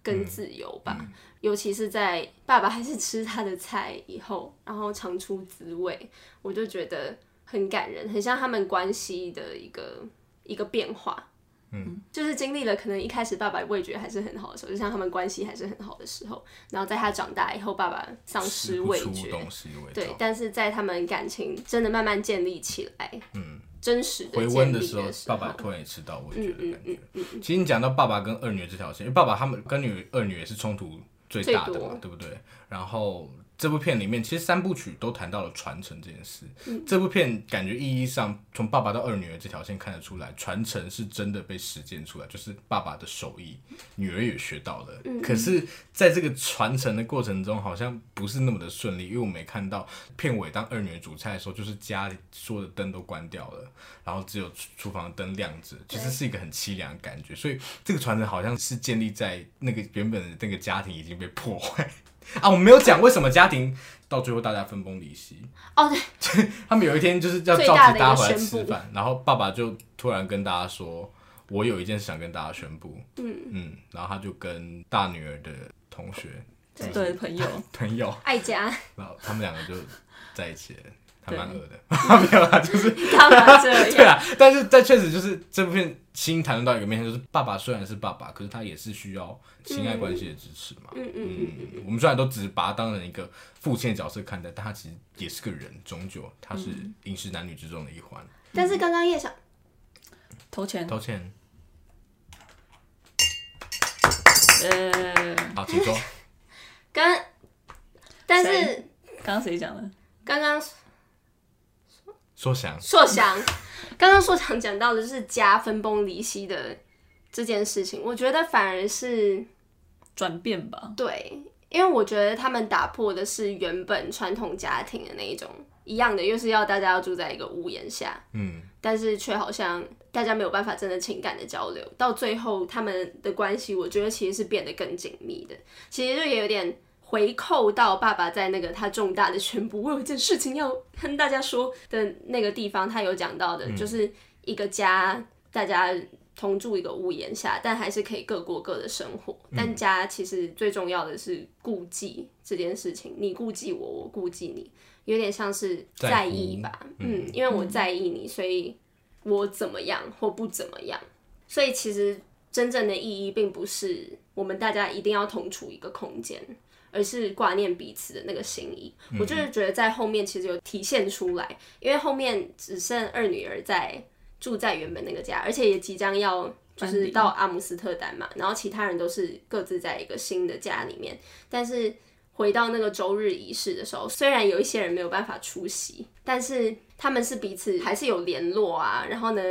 跟自由吧。嗯尤其是在爸爸还是吃他的菜以后，然后尝出滋味，我就觉得很感人，很像他们关系的一个一个变化。嗯，就是经历了可能一开始爸爸味觉还是很好的时候，就像他们关系还是很好的时候，然后在他长大以后，爸爸丧失吃不味出觉，东西的味对道，。但是在他们感情真的慢慢建立起来，嗯，真实的回建温立的的时候，爸爸候突然也吃到味觉的嗯感嗯觉嗯。嗯嗯，其实你讲到爸爸跟二女儿这条线，因为爸爸他们跟女二女也是冲突最大的最嘛多，对不对？然后这部片里面其实三部曲都谈到了传承这件事。嗯这部片感觉意义上，从爸爸到二女儿这条线看得出来，传承是真的被实践出来，就是爸爸的手艺，女儿也学到了。嗯可是在这个传承的过程中，好像不是那么的顺利，因为我们也看到片尾当二女儿煮菜的时候，就是家里所有的灯都关掉了。然后只有厨厨房的灯亮着，其实是一个很凄凉的感觉。所以这个传承好像是建立在那个原本的那个家庭已经被破坏 啊。我没有讲为什么家庭到最后大家分崩离析，哦对， 他们有一天就是要召最集大大的家一个回来宣吃布饭，然后爸爸就突然跟大家说：“我有一件事想跟大家宣布。”嗯嗯，然后他就跟大女儿的同学对对朋友，朋友，爱家，然后他们两个就在一起了，还对蛮恶的，没有啦，就是干嘛这 样？对啊，但是但确实就是这部片新谈论到一个面向，就是爸爸虽然是爸爸，可是他也是需要情爱关系的支持嘛。嗯嗯嗯嗯，嗯，我们虽然都只是把他当成一个父亲的角色看待，但他其实也是个人，终究他是饮食男女之中的一环。但是刚刚叶小投钱，道歉，呃，好，请说。刚，但是谁刚刚谁讲的？刚刚说想硕翔，刚刚硕翔讲到的就是家分崩离析的这件事情，我觉得反而是转变吧，对，因为我觉得他们打破的是原本传统家庭的那一种一样的，又是要大家要住在一个屋檐下，嗯，但是却好像大家没有办法真的情感的交流，到最后他们的关系，我觉得其实是变得更紧密的，其实就也有点回扣到爸爸在那个他重大的宣布我有一件事情要跟大家说的那个地方，他有讲到的，就是一个家大家。同住一个屋檐下，但还是可以各过各的生活。但家其实最重要的是顾忌这件事情，你顾忌我，我顾忌你，有点像是在乎在意吧。嗯，因为我在意你，所以我怎么样或不怎么样。所以其实真正的意义并不是我们大家一定要同处一个空间，而是挂念彼此的那个心意。嗯我就是觉得在后面其实有体现出来，因为后面只剩二女儿在住在原本那个家，而且也即将要。就搬是离到阿姆斯特丹嘛，然后其他人都是各自在一个新的家里面，但是回到那个周日仪式的时候，虽然有一些人没有办法出席，但是他们是彼此还是有联络啊，然后呢，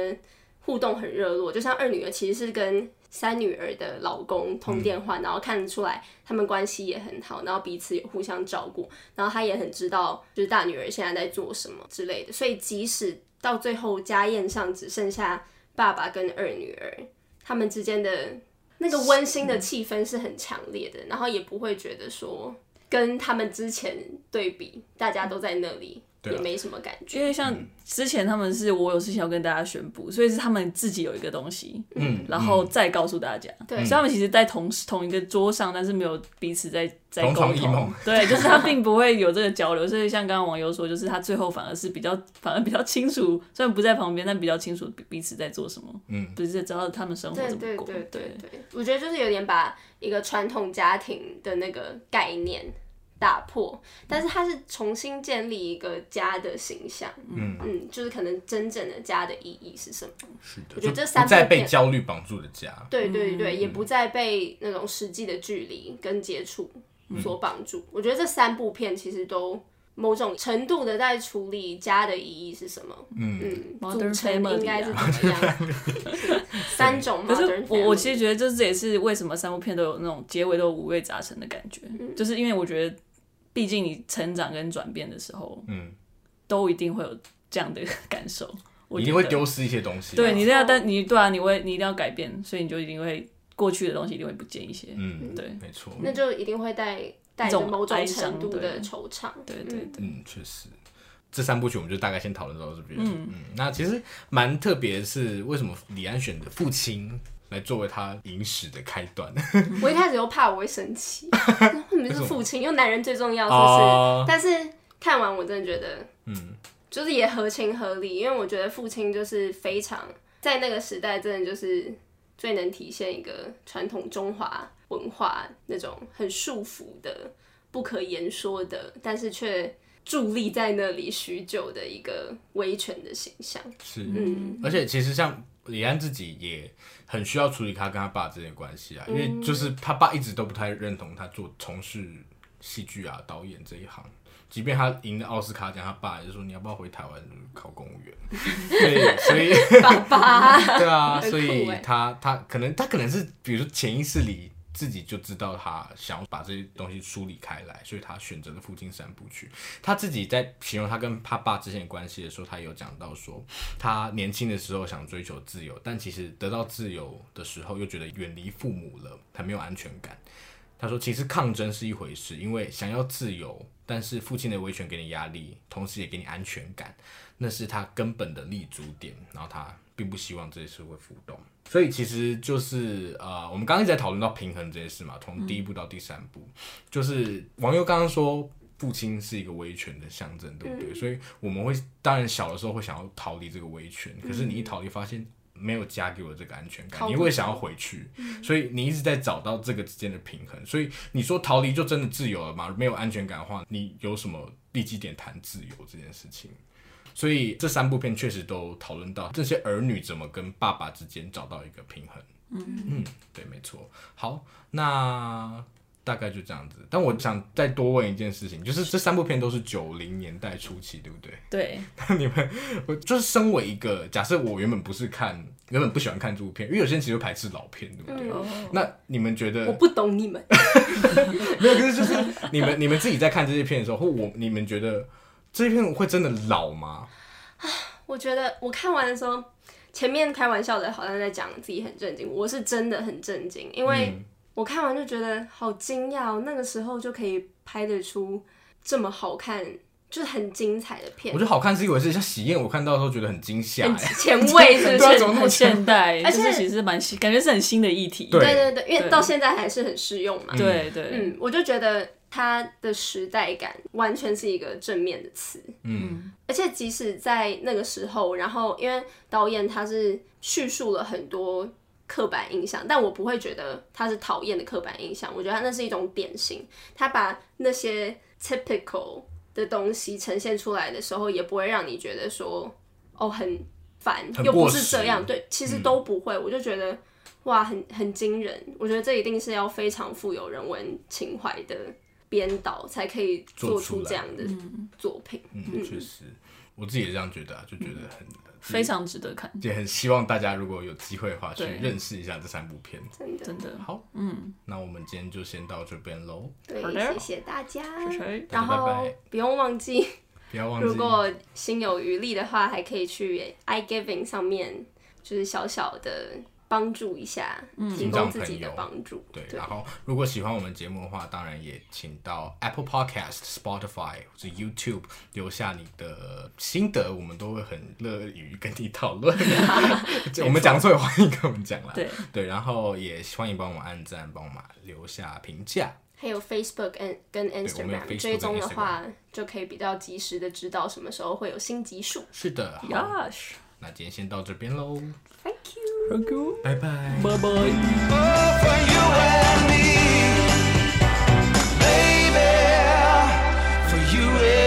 互动很热络，就像二女儿其实是跟三女儿的老公通电嗯话，然后看得出来他们关系也很好，然后彼此也互相照顾，然后她也很知道就是大女儿现在在做什么之类的，所以即使到最后家宴上只剩下爸爸跟二女儿，他们之间的那个温馨的气氛是很强烈的，然后也不会觉得说跟他们之前对比，大家都在那里。对啊也没什么感觉，因为像嗯之前他们是我有事情要跟大家宣布，所以是他们自己有一个东西，嗯，然后再告诉大家。对所以他们其实，在同同一个桌上，但是没有彼此在在同沟床异通梦。对，就是他并不会有这个交流。所以像刚刚网友说，就是他最后反而是比较 反而比较清楚，虽然不在旁边，但比较清楚彼彼此在做什么。嗯，不是知道他们生活对怎对么过。对对对，我觉得就是有点把一个传统家庭的那个概念打破，但是它是重新建立一个家的形象，嗯嗯，就是可能真正的家的意义是什么？是的，我觉得就这三不再部被片焦虑绑住的家。对对对，也不再被那种实际的距离跟接触嗯所绑住。我觉得这三部片其实都。某种程度的在处理家的意义是什么？嗯嗯，啊组 Modern 成 Family 应该是怎么样？ 是三种 modern 可 family。是我我其实觉得，这这也是为什么三部片都有那种结尾都有五味杂陈的感觉，嗯就是因为我觉得，毕竟你成长跟转变的时候，嗯，都一定会有这样的 感受。我一定觉会得丢失一些东西。啊对，你一定要，错但你对啊，你会你一定要改变，所以你就一定会过去的东西一定会不见一些。嗯，对没错，那就一定会带带着种某种哀伤程度的对惆怅。对对对，嗯，确实，这三部曲我们就大概先讨论到这边。嗯那其实蛮特别，是为什么李安选的《父亲》来作为他影史的开端？我一开始又怕我会生气， 你们是父亲，因为男人最重要，是不是？哦但是看完我真的觉得，嗯，就是也合情合理，因为我觉得父亲就是非常在那个时代，真的就是最能体现一个传统中华文化那种很束缚的、不可言说的，但是却伫立在那里许久的一个威权的形象。哦是，嗯，而且其实像李安自己也很需要处理他跟他爸之间的关系啊，因为就是他爸一直都不太认同他做从事戏剧啊导演这一行。即便他赢了奥斯卡奖，他爸也就说你要不要回台湾考公务员？ 对，所以爸爸， 对啊，很所酷以欸他他可能他可能是比如说潜意识里自己就知道他想要把这些东西梳理开来，所以他选择了《附近三部曲》。他自己在形容他跟他爸之间的关系的时候，他有讲到说，他年轻的时候想追求自由，但其实得到自由的时候又觉得远离父母了，很没有安全感。他说：“其实抗争是一回事，因为想要自由，但是父亲的维权给你压力，同时也给你安全感，那是他根本的立足点。然后他并不希望这些事会浮动，所以其实就是呃，我们刚刚一直在讨论到平衡这些事嘛，从第一步到第三步，就是网友刚刚说。”父亲是一个威权的象征，对不嗯对？所以我们会，当然小的时候会想要逃离这个威权，可是你一逃离，发现没有家给我这个安全感，嗯逃你不嗯会出想要回去，所以你一直在找到这个之间的平衡。所以你说逃离就真的自由了吗？没有安全感的话，你有什么立基点谈自由这件事情？所以这三部片确实都讨论到这些儿女怎么跟爸爸之间找到一个平衡。嗯对，没错。好，那大概就这样子。但我想再多问一件事情，就是这三部片都是九零年代初期，对不对？对，你们，我就是身为一个假设，我原本不是看，原本不喜欢看这部片，因为有些人其实会排斥老片，对不嗯对？哦 那你们觉嗯得我不懂你们。 没有？可是就是你们你们自己在看这些片的时候，或我你们觉得这些片会真的老吗？我觉得我看完的时候，前面开玩笑的，好像在讲自己很震惊，我是真的很震惊，因为嗯我看完就觉得好惊讶、哦，那个时候就可以拍得出这么好看，就是很精彩的片我觉，得好看是一回事，像喜宴，我看到的时候觉得很惊吓、很欸，前卫，是不对啊是怎？么那么 很现代，而而且且其实蛮新，感觉是很新的议题。对对对对，因为对到现在还是很适用嘛。对对，嗯，我就觉得它的时代感完全是一个正面的词。嗯而且即使在那个时候，然后因为导演他是叙述了很多刻板印象，但我不会觉得他是讨厌的刻板印象，我觉得他那是一种典型，他把那些 typical 的东西呈现出来的时候，也不会让你觉得说哦很烦，很又不过是时这样，对，其实嗯都不会，我就觉得。哇，很很惊人！我觉得这一定是要非常富有人文情怀的编导才可以做做出出来这样的作品。嗯，确实，我自己也这样觉得、啊，就觉得很。非常值得看，也很希望大家如果有机会的话，去对认识一下这三部片。真的，真的。好，嗯，那我们今天就先到这边喽，好对，的谢谢大家。锤锤，大家拜然后拜，不用忘记，不要忘记。如果心有余力的话，还可以去 iGiving 上面，就是小小的帮助一下，嗯提供自己的帮助。对，然后如果喜欢我们节目的话，当然也请到 Apple Podcast、Spotify 或者 YouTube 留下你的心得，我们都会很乐于跟你讨论。就我们讲错也欢迎跟我们讲啦。对对，然后也欢迎帮我们按赞，帮我们留下评价。还有 Facebook 跟跟我们有 Facebook 跟 Instagram 追踪的话，就可以比较及时的知道什么时候会有新集数。是的，好， Yash，那今天先到这边喽， Thank you。拜拜。拜拜。 for you and me, baby, for you and